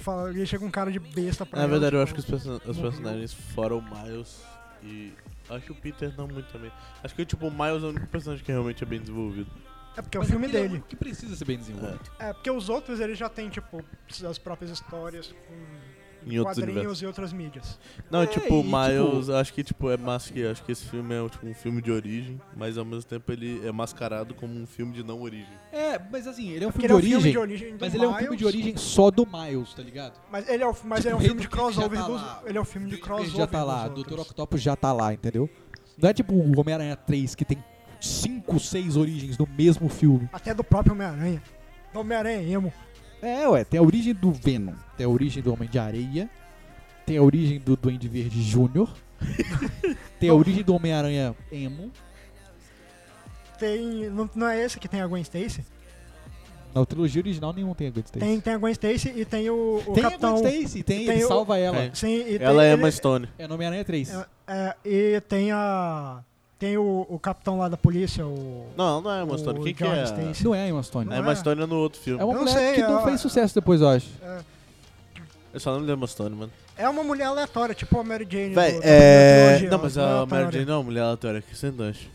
[SPEAKER 3] Fala, ele chega um cara de besta pra
[SPEAKER 1] Na
[SPEAKER 3] ela,
[SPEAKER 1] É verdade, eu acho
[SPEAKER 3] tipo,
[SPEAKER 1] que os, person- os
[SPEAKER 3] morreu.
[SPEAKER 1] personagens fora o Miles e. Acho que o Peter não muito também. Acho que tipo, o Miles é o único personagem que realmente é bem desenvolvido.
[SPEAKER 3] É porque é o filme dele.
[SPEAKER 2] um que precisa ser bem desenvolvido.
[SPEAKER 3] É, porque os outros eles já têm, tipo, as próprias histórias com
[SPEAKER 1] Em outros
[SPEAKER 3] quadrinhos
[SPEAKER 1] universos.
[SPEAKER 3] e outras mídias.
[SPEAKER 1] Não,
[SPEAKER 2] É,
[SPEAKER 1] tipo, o
[SPEAKER 2] e,
[SPEAKER 1] Miles,
[SPEAKER 2] tipo-
[SPEAKER 1] acho que tipo, é mais que. Acho que esse filme é tipo, um filme de origem, mas ao mesmo tempo ele é mascarado como um filme de não origem.
[SPEAKER 2] É, mas assim, ele é um
[SPEAKER 3] Porque
[SPEAKER 2] filme
[SPEAKER 3] ele
[SPEAKER 2] de
[SPEAKER 3] é um
[SPEAKER 2] origem.
[SPEAKER 3] filme de origem do
[SPEAKER 2] Mas ele é um filme de
[SPEAKER 3] Miles.
[SPEAKER 2] origem só do Miles, tá ligado?
[SPEAKER 3] Mas ele é o, mas
[SPEAKER 2] Tipo,
[SPEAKER 3] ele é um
[SPEAKER 2] Rei
[SPEAKER 3] filme
[SPEAKER 2] do
[SPEAKER 3] de
[SPEAKER 2] Crime já
[SPEAKER 3] crossover
[SPEAKER 2] tá
[SPEAKER 3] dos.
[SPEAKER 2] lá.
[SPEAKER 3] Ele é um filme de crossover.
[SPEAKER 2] Ele já tá
[SPEAKER 3] dos
[SPEAKER 2] lá,
[SPEAKER 3] outros.
[SPEAKER 2] Dr. Octopus já tá lá, entendeu? Não é tipo o Homem-Aranha 3 que tem 5, 6 origens no mesmo filme.
[SPEAKER 3] Até do próprio Homem-Aranha. Do Homem-Aranha Emo.
[SPEAKER 2] É, ué, tem a origem do Venom, tem a origem do Homem de Areia, tem a origem do Duende Verde Júnior, tem a origem do Homem-Aranha Emo.
[SPEAKER 3] Tem. Não, não é esse que tem a Gwen Stacy?
[SPEAKER 2] Na trilogia original nenhum tem a Gwen Stacy.
[SPEAKER 3] Tem, tem a Gwen Stacy e tem o, o
[SPEAKER 2] Tem
[SPEAKER 3] Capitão.
[SPEAKER 2] a Gwen Stacy, tem,
[SPEAKER 3] e tem
[SPEAKER 2] ele
[SPEAKER 3] o-
[SPEAKER 2] salva ela.
[SPEAKER 1] Tem.
[SPEAKER 3] Sim, e
[SPEAKER 1] Ela
[SPEAKER 3] tem,
[SPEAKER 1] é
[SPEAKER 3] ele-
[SPEAKER 1] uma Stone.
[SPEAKER 2] É no Homem-Aranha 3.
[SPEAKER 3] é, e tem a. Tem o, o capitão lá da polícia, o.
[SPEAKER 1] Não, não é uma Stone.
[SPEAKER 3] o
[SPEAKER 1] Quem que
[SPEAKER 3] George
[SPEAKER 1] é?
[SPEAKER 3] Stacy.
[SPEAKER 2] Não é a Emma Stone.
[SPEAKER 1] A
[SPEAKER 3] Não
[SPEAKER 1] Emma
[SPEAKER 3] é?
[SPEAKER 1] Stone é no outro filme.
[SPEAKER 2] É uma
[SPEAKER 3] Eu não
[SPEAKER 2] mulher
[SPEAKER 3] sei,
[SPEAKER 2] que não
[SPEAKER 3] ela-
[SPEAKER 2] fez sucesso depois, eu acho.
[SPEAKER 1] Eu só não lembro Emma Stone, mano.
[SPEAKER 3] É uma mulher aleatória, tipo a Mary Jane.
[SPEAKER 1] Véi,
[SPEAKER 3] do- da
[SPEAKER 1] é.
[SPEAKER 3] trilogia,
[SPEAKER 1] Não, mas
[SPEAKER 3] ela é
[SPEAKER 1] a
[SPEAKER 3] aleatória.
[SPEAKER 1] Mary Jane não é uma mulher aleatória, que sem dois.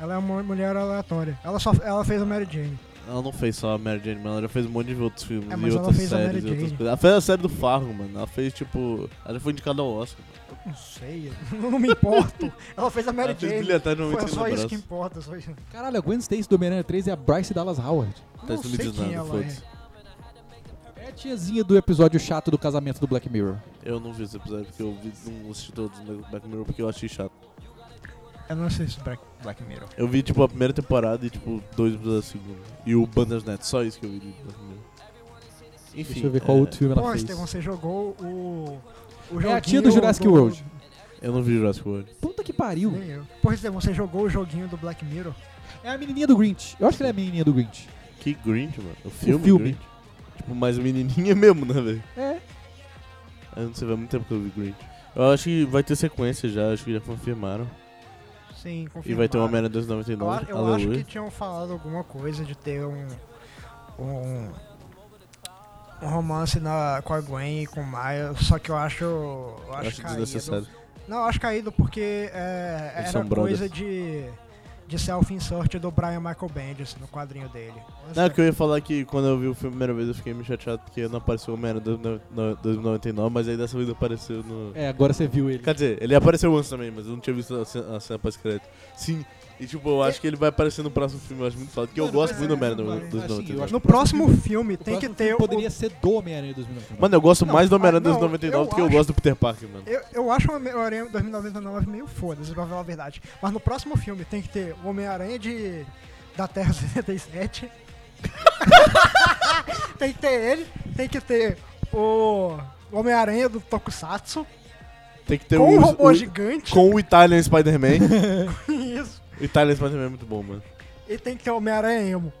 [SPEAKER 3] Ela é uma mulher aleatória. Ela só ela fez a Mary Jane.
[SPEAKER 1] Ela não fez só a Mary Jane, mano. Ela já fez um monte de outros filmes
[SPEAKER 3] É,
[SPEAKER 1] e
[SPEAKER 3] mas ela
[SPEAKER 1] outras
[SPEAKER 3] fez a Mary
[SPEAKER 1] séries e outras
[SPEAKER 3] Jane.
[SPEAKER 1] coisas. Ela fez a série do Fargo, mano. Ela fez, tipo... Ela já foi indicada ao Oscar.
[SPEAKER 3] Eu não sei, eu não me importo. Ela fez a Mary
[SPEAKER 1] ela fez
[SPEAKER 3] Jane.
[SPEAKER 1] bilhetar no
[SPEAKER 3] Foi
[SPEAKER 1] momento
[SPEAKER 3] só isso que
[SPEAKER 1] braço.
[SPEAKER 3] importa, só isso.
[SPEAKER 2] Caralho, a Gwen Stacy do Homem-Aranha 3 é a Bryce Dallas Howard.
[SPEAKER 1] Tá
[SPEAKER 3] não sei quem ela
[SPEAKER 1] foda-se.
[SPEAKER 2] É a tiazinha do episódio chato do casamento do Black Mirror.
[SPEAKER 1] Eu não vi esse episódio, porque eu vi, não assisti todos os Black Mirror, porque eu achei chato.
[SPEAKER 3] é. Eu não sei se Black, Black Mirror.
[SPEAKER 1] Eu vi, tipo, a primeira temporada e, tipo, dois episódios da segunda. E o Bandersnet, só isso que eu vi do Black Mirror. Enfim,
[SPEAKER 2] Deixa eu ver qual
[SPEAKER 1] é,
[SPEAKER 2] outro filme ela
[SPEAKER 3] Pô,
[SPEAKER 2] fez.
[SPEAKER 3] Estevão, você jogou o. o
[SPEAKER 2] É a tia
[SPEAKER 3] joguinho
[SPEAKER 2] do Jurassic World.
[SPEAKER 1] Eu não vi Jurassic World.
[SPEAKER 2] Puta que pariu.
[SPEAKER 3] Nem eu. Porra, Estevão, você jogou o joguinho do Black Mirror?
[SPEAKER 2] É a menininha do Grinch. Eu acho que ela é a menininha do Grinch.
[SPEAKER 1] Que Grinch, mano. O filme,
[SPEAKER 2] filme.
[SPEAKER 1] Grinch. Tipo, mais menininha mesmo, né, velho?
[SPEAKER 2] É.
[SPEAKER 1] Eu não sei, vai muito tempo que eu vi Grinch. Eu acho que vai ter sequência já, acho que já confirmaram.
[SPEAKER 3] Sim, confirmado.
[SPEAKER 1] E vai ter o Homem-Aranha
[SPEAKER 3] Eu,
[SPEAKER 1] 299,
[SPEAKER 3] a- eu acho que
[SPEAKER 1] aleluia.
[SPEAKER 2] tipo,
[SPEAKER 3] tinham falado alguma coisa de ter um. um. um romance na, com a Gwen e com o Maia, só que eu acho. Eu acho,
[SPEAKER 1] acho
[SPEAKER 3] caído.
[SPEAKER 1] desnecessário.
[SPEAKER 3] Não, eu acho caído porque é,
[SPEAKER 1] Eles
[SPEAKER 3] era
[SPEAKER 1] são
[SPEAKER 3] coisa
[SPEAKER 1] brothers.
[SPEAKER 3] de. de self-insert do Brian Michael Bendis no quadrinho dele.
[SPEAKER 1] Não, é que eu ia falar que quando eu vi o filme a primeira vez eu fiquei meio chateado porque não apareceu o Homem-Aranha 2099, 2099, mas aí dessa vez apareceu no...
[SPEAKER 2] É, agora você viu ele.
[SPEAKER 1] Quer dizer, ele apareceu antes também, mas eu não tinha visto a cena, a cena pós-crédito. Sim, e tipo, eu acho que ele vai aparecer no próximo filme, eu acho muito foda, porque eu
[SPEAKER 2] É. Mano,
[SPEAKER 1] gosto
[SPEAKER 2] mas
[SPEAKER 1] muito do
[SPEAKER 2] é,
[SPEAKER 1] Homem-Aranha
[SPEAKER 2] mas, assim, eu
[SPEAKER 1] 2099.
[SPEAKER 2] acho-
[SPEAKER 3] No próximo
[SPEAKER 2] próximo
[SPEAKER 3] filme
[SPEAKER 2] O
[SPEAKER 3] tem que
[SPEAKER 2] próximo
[SPEAKER 3] ter.
[SPEAKER 2] filme
[SPEAKER 3] o-
[SPEAKER 2] Poderia ser do Homem-Aranha 2099.
[SPEAKER 1] Mano, eu gosto
[SPEAKER 3] Não,
[SPEAKER 1] mais do Homem-Aranha
[SPEAKER 3] mas não,
[SPEAKER 1] 2099
[SPEAKER 3] eu
[SPEAKER 1] do que eu
[SPEAKER 3] acho-
[SPEAKER 1] gosto do Peter Parker, mano.
[SPEAKER 3] Eu, eu acho o Homem-Aranha 2099 meio foda-se, pra falar a verdade. Mas no próximo filme tem que ter o Homem-Aranha de. da Terra 77. tem que ter ele, tem que ter o. o Homem-Aranha do Tokusatsu.
[SPEAKER 1] Tem que ter
[SPEAKER 3] com o
[SPEAKER 1] o-
[SPEAKER 3] robô
[SPEAKER 1] o-
[SPEAKER 3] gigante.
[SPEAKER 1] Com o Italian Spider-Man.
[SPEAKER 3] Isso.
[SPEAKER 1] o Italian Spider-Man é muito bom, mano.
[SPEAKER 3] E tem que ter o Homem-Aranha emo.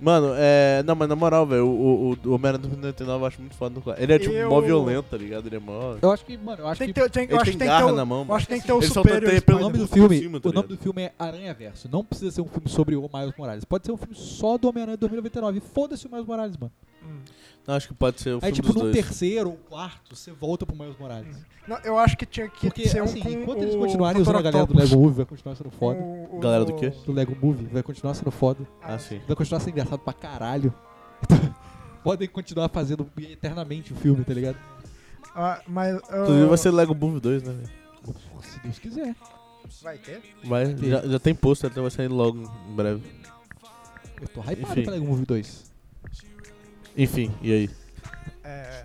[SPEAKER 1] Mano, é. Não, mas na moral, velho, o, o, o Homem-Aranha 2099 eu acho muito foda no quadro. Ele é tipo
[SPEAKER 3] Eu-
[SPEAKER 1] mó violento, tá ligado? Ele é mó.
[SPEAKER 2] Eu acho que, mano, eu acho
[SPEAKER 3] Tem que
[SPEAKER 2] que...
[SPEAKER 3] ter, tem, eu
[SPEAKER 1] Ele
[SPEAKER 3] acho
[SPEAKER 1] tem
[SPEAKER 3] que tem que
[SPEAKER 1] garra
[SPEAKER 3] ter o,
[SPEAKER 1] na mão, né?
[SPEAKER 3] eu acho que tem que ter o
[SPEAKER 1] Ele só
[SPEAKER 3] Superior
[SPEAKER 1] tanteia pelo
[SPEAKER 2] O nome
[SPEAKER 1] Ele
[SPEAKER 2] do
[SPEAKER 1] tá por
[SPEAKER 2] filme,
[SPEAKER 1] cima, tá
[SPEAKER 2] o nome
[SPEAKER 1] ligado?
[SPEAKER 2] do filme é Aranha Verso. Não precisa ser um filme sobre o Miles Morales. Pode ser um filme só do Homem-Aranha 2099. Foda-se o Miles Morales, mano.
[SPEAKER 3] Hum.
[SPEAKER 1] Não, acho que pode ser o
[SPEAKER 2] Aí,
[SPEAKER 1] filme
[SPEAKER 2] tipo,
[SPEAKER 1] dos
[SPEAKER 2] num
[SPEAKER 1] dois.
[SPEAKER 2] terceiro ou quarto, você volta pro Miles Morales.
[SPEAKER 3] Não, eu acho que tinha que
[SPEAKER 2] Porque,
[SPEAKER 3] ser um
[SPEAKER 2] assim,
[SPEAKER 3] com
[SPEAKER 2] enquanto eles
[SPEAKER 3] o
[SPEAKER 2] continuarem usando a
[SPEAKER 3] Dr.
[SPEAKER 2] galera do
[SPEAKER 3] Octopus,
[SPEAKER 2] Lego Movie, vai continuar sendo
[SPEAKER 3] com
[SPEAKER 2] foda.
[SPEAKER 3] o-
[SPEAKER 1] Galera do quê?
[SPEAKER 2] Do Lego Movie, vai continuar sendo foda.
[SPEAKER 1] Ah, sim.
[SPEAKER 2] Vai continuar sendo engraçado pra caralho. Podem continuar fazendo eternamente o filme, tá ligado?
[SPEAKER 3] Ah, mas, ah,
[SPEAKER 1] Inclusive vai ser Lego Movie 2, né, velho?
[SPEAKER 2] Se Deus quiser.
[SPEAKER 3] Vai ter?
[SPEAKER 1] Vai,
[SPEAKER 2] ter.
[SPEAKER 1] já, já tem pôster, então vai sair logo em breve.
[SPEAKER 2] Eu tô hypado
[SPEAKER 1] Enfim.
[SPEAKER 2] pra Lego Movie 2.
[SPEAKER 1] Enfim, e aí?
[SPEAKER 3] É,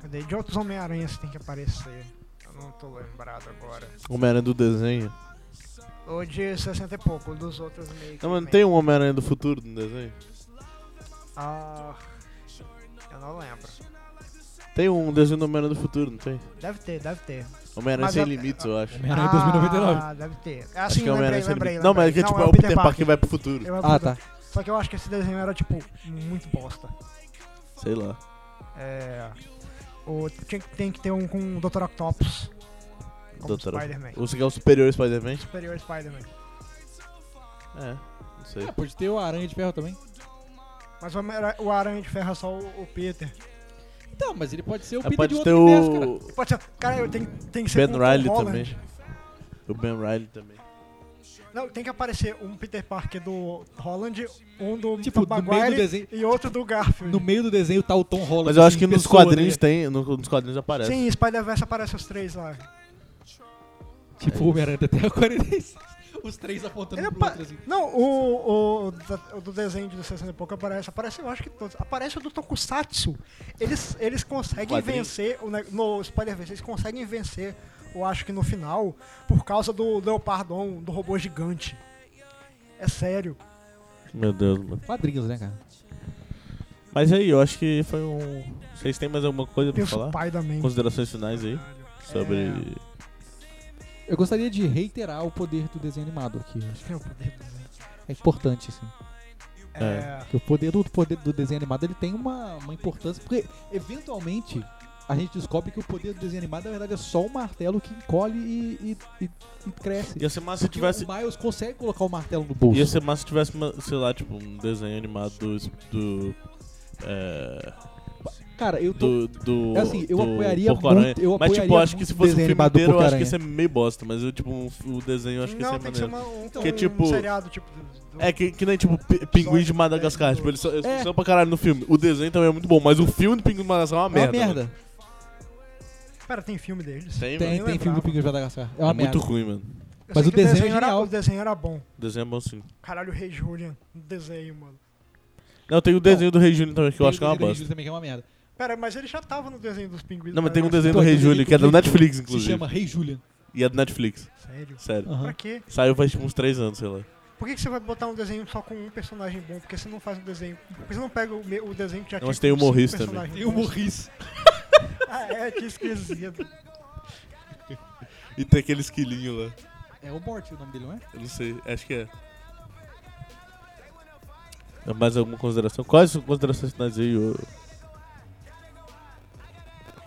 [SPEAKER 3] cadê? De outros Homem-Aranhas que tem que aparecer. Eu não tô lembrado agora.
[SPEAKER 1] Homem-Aranha do desenho.
[SPEAKER 3] Ou de 60 e pouco, dos outros meio que.
[SPEAKER 1] Não, mas não
[SPEAKER 3] também.
[SPEAKER 1] tem um Homem-Aranha do futuro no desenho?
[SPEAKER 3] Ah, eu não lembro.
[SPEAKER 1] Tem um desenho do Homem-Aranha do Futuro, não tem?
[SPEAKER 3] Deve ter, deve ter.
[SPEAKER 1] Homem-Aranha
[SPEAKER 3] Mas
[SPEAKER 1] Sem
[SPEAKER 3] eu-
[SPEAKER 1] Limites, eu acho.
[SPEAKER 2] Homem-Aranha 2099.
[SPEAKER 3] Ah, deve ter. É
[SPEAKER 1] acho
[SPEAKER 3] Assim,
[SPEAKER 1] que é
[SPEAKER 3] lembrei,
[SPEAKER 1] Homem-Aranha Sem
[SPEAKER 3] lembrei,
[SPEAKER 1] Limites. Não, mas é que
[SPEAKER 3] lembrei.
[SPEAKER 1] tipo, é o Peter Parker que vai pro futuro.
[SPEAKER 3] É o
[SPEAKER 2] Ah,
[SPEAKER 3] Peter-
[SPEAKER 2] tá.
[SPEAKER 3] Só que eu acho que esse desenho era, tipo, muito bosta.
[SPEAKER 1] Sei lá.
[SPEAKER 3] É. O, tinha que- tem que ter um com o Dr. Octopus. Como
[SPEAKER 1] Doutor-
[SPEAKER 3] Spider-Man.
[SPEAKER 1] Você quer o superior Spider-Man?
[SPEAKER 3] Superior Spider-Man.
[SPEAKER 1] É, não sei.
[SPEAKER 2] É, pode ter o Aranha de Ferro também.
[SPEAKER 3] Mas o, Homem-Aranha- o Aranha de Ferro é só o, o Peter.
[SPEAKER 2] Então, mas ele pode ser o
[SPEAKER 1] Ah,
[SPEAKER 2] Peter de
[SPEAKER 1] pode ter
[SPEAKER 2] outro universo, cara.
[SPEAKER 1] o
[SPEAKER 3] Pode ser. Cara, eu tenho, tem que ser.
[SPEAKER 1] Ben
[SPEAKER 3] é com o Tom
[SPEAKER 1] Riley também.
[SPEAKER 3] Holland.
[SPEAKER 1] O Ben Riley também.
[SPEAKER 3] Não, tem que aparecer um Peter Parker do Holland, um do
[SPEAKER 2] Tipo,
[SPEAKER 3] do
[SPEAKER 2] no meio do
[SPEAKER 3] Maguire
[SPEAKER 2] desenho-
[SPEAKER 3] e outro do Garfield.
[SPEAKER 2] No meio do desenho tá o Tom Holland.
[SPEAKER 1] Mas eu acho
[SPEAKER 2] em
[SPEAKER 1] que nos
[SPEAKER 2] pessoa,
[SPEAKER 1] quadrinhos
[SPEAKER 2] né?
[SPEAKER 1] tem, no- nos quadrinhos aparece.
[SPEAKER 3] Sim, Spider-Verse aparece os três lá.
[SPEAKER 2] Tipo, o Homem-Aranha da Terra 46. Os três apontando
[SPEAKER 3] Ele é
[SPEAKER 2] pro
[SPEAKER 3] apa-
[SPEAKER 2] outro, assim.
[SPEAKER 3] Não, o, o, da- o do desenho de 60 e pouco aparece. Aparece, eu acho que todos. Aparece o do Tokusatsu. Eles, eles conseguem
[SPEAKER 1] Quadrinho.
[SPEAKER 3] vencer. O, ne- no Spider-Verse, eles conseguem vencer, eu acho que no final, por causa do Leopardon, do robô gigante. É sério.
[SPEAKER 1] Meu Deus, mano.
[SPEAKER 2] Quadrinhos, né, cara?
[SPEAKER 1] Mas aí, eu acho que foi um. Vocês têm mais alguma coisa
[SPEAKER 3] Tem
[SPEAKER 1] pra
[SPEAKER 3] o É,
[SPEAKER 1] falar?
[SPEAKER 3] Spider-Man.
[SPEAKER 1] Considerações finais aí sobre.
[SPEAKER 2] Eu gostaria de reiterar o poder do desenho animado aqui. Acho
[SPEAKER 3] Tem o poder do desenho.
[SPEAKER 2] que É importante, assim.
[SPEAKER 1] É.
[SPEAKER 3] É.
[SPEAKER 2] Porque o poder do, poder do desenho animado ele tem uma, uma importância. Porque, eventualmente, a gente descobre que o poder do desenho animado, na verdade, é só um martelo que encolhe e, e- e- e cresce.
[SPEAKER 1] Ia ser massa se
[SPEAKER 2] Porque
[SPEAKER 1] tivesse.
[SPEAKER 2] O Miles consegue colocar o martelo no bolso.
[SPEAKER 1] Ia ser massa se tivesse, uma- sei lá, tipo, um desenho animado do. do é,
[SPEAKER 2] Cara, eu
[SPEAKER 1] do,
[SPEAKER 2] tô.
[SPEAKER 1] do.
[SPEAKER 2] É assim, eu
[SPEAKER 1] do
[SPEAKER 2] apoiaria
[SPEAKER 1] Porco-Aranha.
[SPEAKER 2] muito- eu
[SPEAKER 1] Mas, tipo,
[SPEAKER 2] apoiaria
[SPEAKER 1] acho que
[SPEAKER 2] muito
[SPEAKER 1] se fosse um
[SPEAKER 2] desenho
[SPEAKER 1] filme
[SPEAKER 2] animado do
[SPEAKER 1] inteiro, eu acho que ia
[SPEAKER 2] Porco-Aranha.
[SPEAKER 1] ser meio bosta. Mas, eu, tipo, um- o desenho eu acho que ia
[SPEAKER 3] Não,
[SPEAKER 1] ser
[SPEAKER 3] tem que ser
[SPEAKER 1] maneiro.
[SPEAKER 3] uma, um,
[SPEAKER 1] Que é
[SPEAKER 3] um
[SPEAKER 1] tipo-
[SPEAKER 3] seriado, tipo. do- do-
[SPEAKER 1] É, que, que nem tipo pi- Pinguim de Madagascar. Tipo, eles são, eles
[SPEAKER 2] É.
[SPEAKER 1] são pra caralho no filme. O desenho também é muito bom, mas o filme do Pinguim de Madagascar é uma
[SPEAKER 2] é uma
[SPEAKER 1] merda.
[SPEAKER 2] merda.
[SPEAKER 1] mano.
[SPEAKER 3] Pera, tem filme deles.
[SPEAKER 1] Tem,
[SPEAKER 2] Tem,
[SPEAKER 1] mano.
[SPEAKER 2] tem
[SPEAKER 3] Eu
[SPEAKER 2] filme
[SPEAKER 3] lembrava.
[SPEAKER 2] do Pinguim de Madagascar. É
[SPEAKER 1] É
[SPEAKER 2] uma
[SPEAKER 1] muito
[SPEAKER 2] merda.
[SPEAKER 1] ruim, mano.
[SPEAKER 3] Eu
[SPEAKER 2] Mas
[SPEAKER 3] sei
[SPEAKER 2] o
[SPEAKER 3] que
[SPEAKER 2] desenho é
[SPEAKER 3] era,
[SPEAKER 2] genial.
[SPEAKER 3] o desenho era bom.
[SPEAKER 1] O desenho é bom sim.
[SPEAKER 3] Caralho, o Rei Julian, no desenho, mano.
[SPEAKER 1] Não, tem o desenho do Rei Júnior também, que eu
[SPEAKER 2] Tem
[SPEAKER 1] acho que é uma
[SPEAKER 2] Desenho
[SPEAKER 1] bosta.
[SPEAKER 2] Júlio também que é uma merda.
[SPEAKER 3] Pera, mas ele já tava no desenho dos pinguins. né?
[SPEAKER 1] Não, mas tem um
[SPEAKER 3] Madagascar.
[SPEAKER 1] desenho do Rei
[SPEAKER 2] Tem um
[SPEAKER 1] Júlio, que é do
[SPEAKER 2] desenho
[SPEAKER 1] Netflix,
[SPEAKER 2] Se
[SPEAKER 1] inclusive.
[SPEAKER 2] chama Rei Julian.
[SPEAKER 1] E é do Netflix,
[SPEAKER 3] Sério?
[SPEAKER 1] sério.
[SPEAKER 2] Aham.
[SPEAKER 3] Pra quê?
[SPEAKER 1] Saiu faz tipo uns 3 anos, sei lá.
[SPEAKER 3] Por que, que você vai botar um desenho só com um personagem bom? Porque você não faz um desenho. Porque você não pega o, me- o desenho que já
[SPEAKER 1] Não,
[SPEAKER 3] tinha
[SPEAKER 1] mas tem né? o
[SPEAKER 3] cinco
[SPEAKER 1] Morris
[SPEAKER 3] personagens
[SPEAKER 2] Tem o
[SPEAKER 3] bons?
[SPEAKER 2] Morris.
[SPEAKER 3] Ah, é, que esquisito.
[SPEAKER 1] E tem aquele esquilinho lá.
[SPEAKER 2] É o Morty o nome dele, não é?
[SPEAKER 1] Eu não sei, acho que é. É Mais alguma consideração? Quais são as considerações finais aí? ô?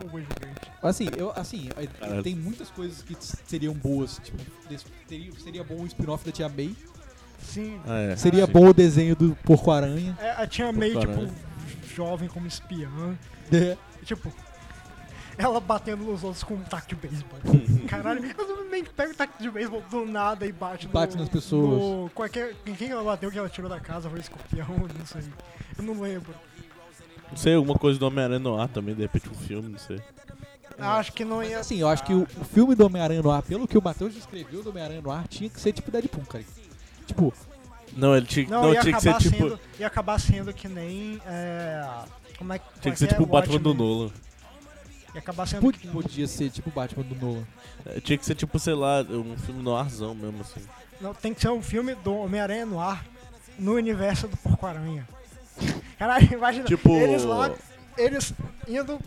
[SPEAKER 3] Robô gigante.
[SPEAKER 2] Assim, eu, assim eh,
[SPEAKER 1] Caralho.
[SPEAKER 2] tem muitas coisas que s- seriam boas. Tipo, des- teria- seria bom o spin-off da Tia May.
[SPEAKER 3] Sim.
[SPEAKER 1] Ah, é.
[SPEAKER 2] Seria
[SPEAKER 1] Sim.
[SPEAKER 2] bom o desenho do Porco-Aranha.
[SPEAKER 3] É, a Tia May,
[SPEAKER 1] Caralho.
[SPEAKER 3] tipo, jovem como espiã.
[SPEAKER 2] É.
[SPEAKER 3] E, Tipo, ela batendo nos outros com um taco de beisebol. Caralho, eu simplesmente pego o taco de beisebol do nada e bate no-
[SPEAKER 2] Bate nas pessoas.
[SPEAKER 3] no- qualquer, em quem ela bateu que ela tirou da casa foi escorpião, não sei. Eu não lembro.
[SPEAKER 1] Não sei, alguma coisa do Homem-Aranha no ar também, de repente um filme, não sei.
[SPEAKER 3] Acho que não
[SPEAKER 2] Mas
[SPEAKER 3] ia.
[SPEAKER 2] assim, eu acho que o, o filme do Homem-Aranha no ar, pelo que o Matheus descreveu do Homem-Aranha no ar, tinha que ser tipo Deadpool, cara. Tipo,
[SPEAKER 1] Não, ele tinha,
[SPEAKER 3] Não,
[SPEAKER 1] não,
[SPEAKER 3] ia,
[SPEAKER 1] tinha
[SPEAKER 3] acabar
[SPEAKER 1] que ser tipo.
[SPEAKER 3] sendo, ia acabar sendo que nem. É, como é que.
[SPEAKER 1] Tinha que ser tipo o Batman do Nolan.
[SPEAKER 3] Ia acabar sendo.
[SPEAKER 2] pu-
[SPEAKER 3] que-
[SPEAKER 2] podia ser tipo o Batman do Nolan.
[SPEAKER 1] É, Tinha que ser tipo, sei lá, um filme no arzão mesmo, assim.
[SPEAKER 3] Não, tem que ser um filme do Homem-Aranha no ar no universo do Porco-Aranha. Caralho, imagina.
[SPEAKER 1] Tipo.
[SPEAKER 3] Eles lá, eles indo.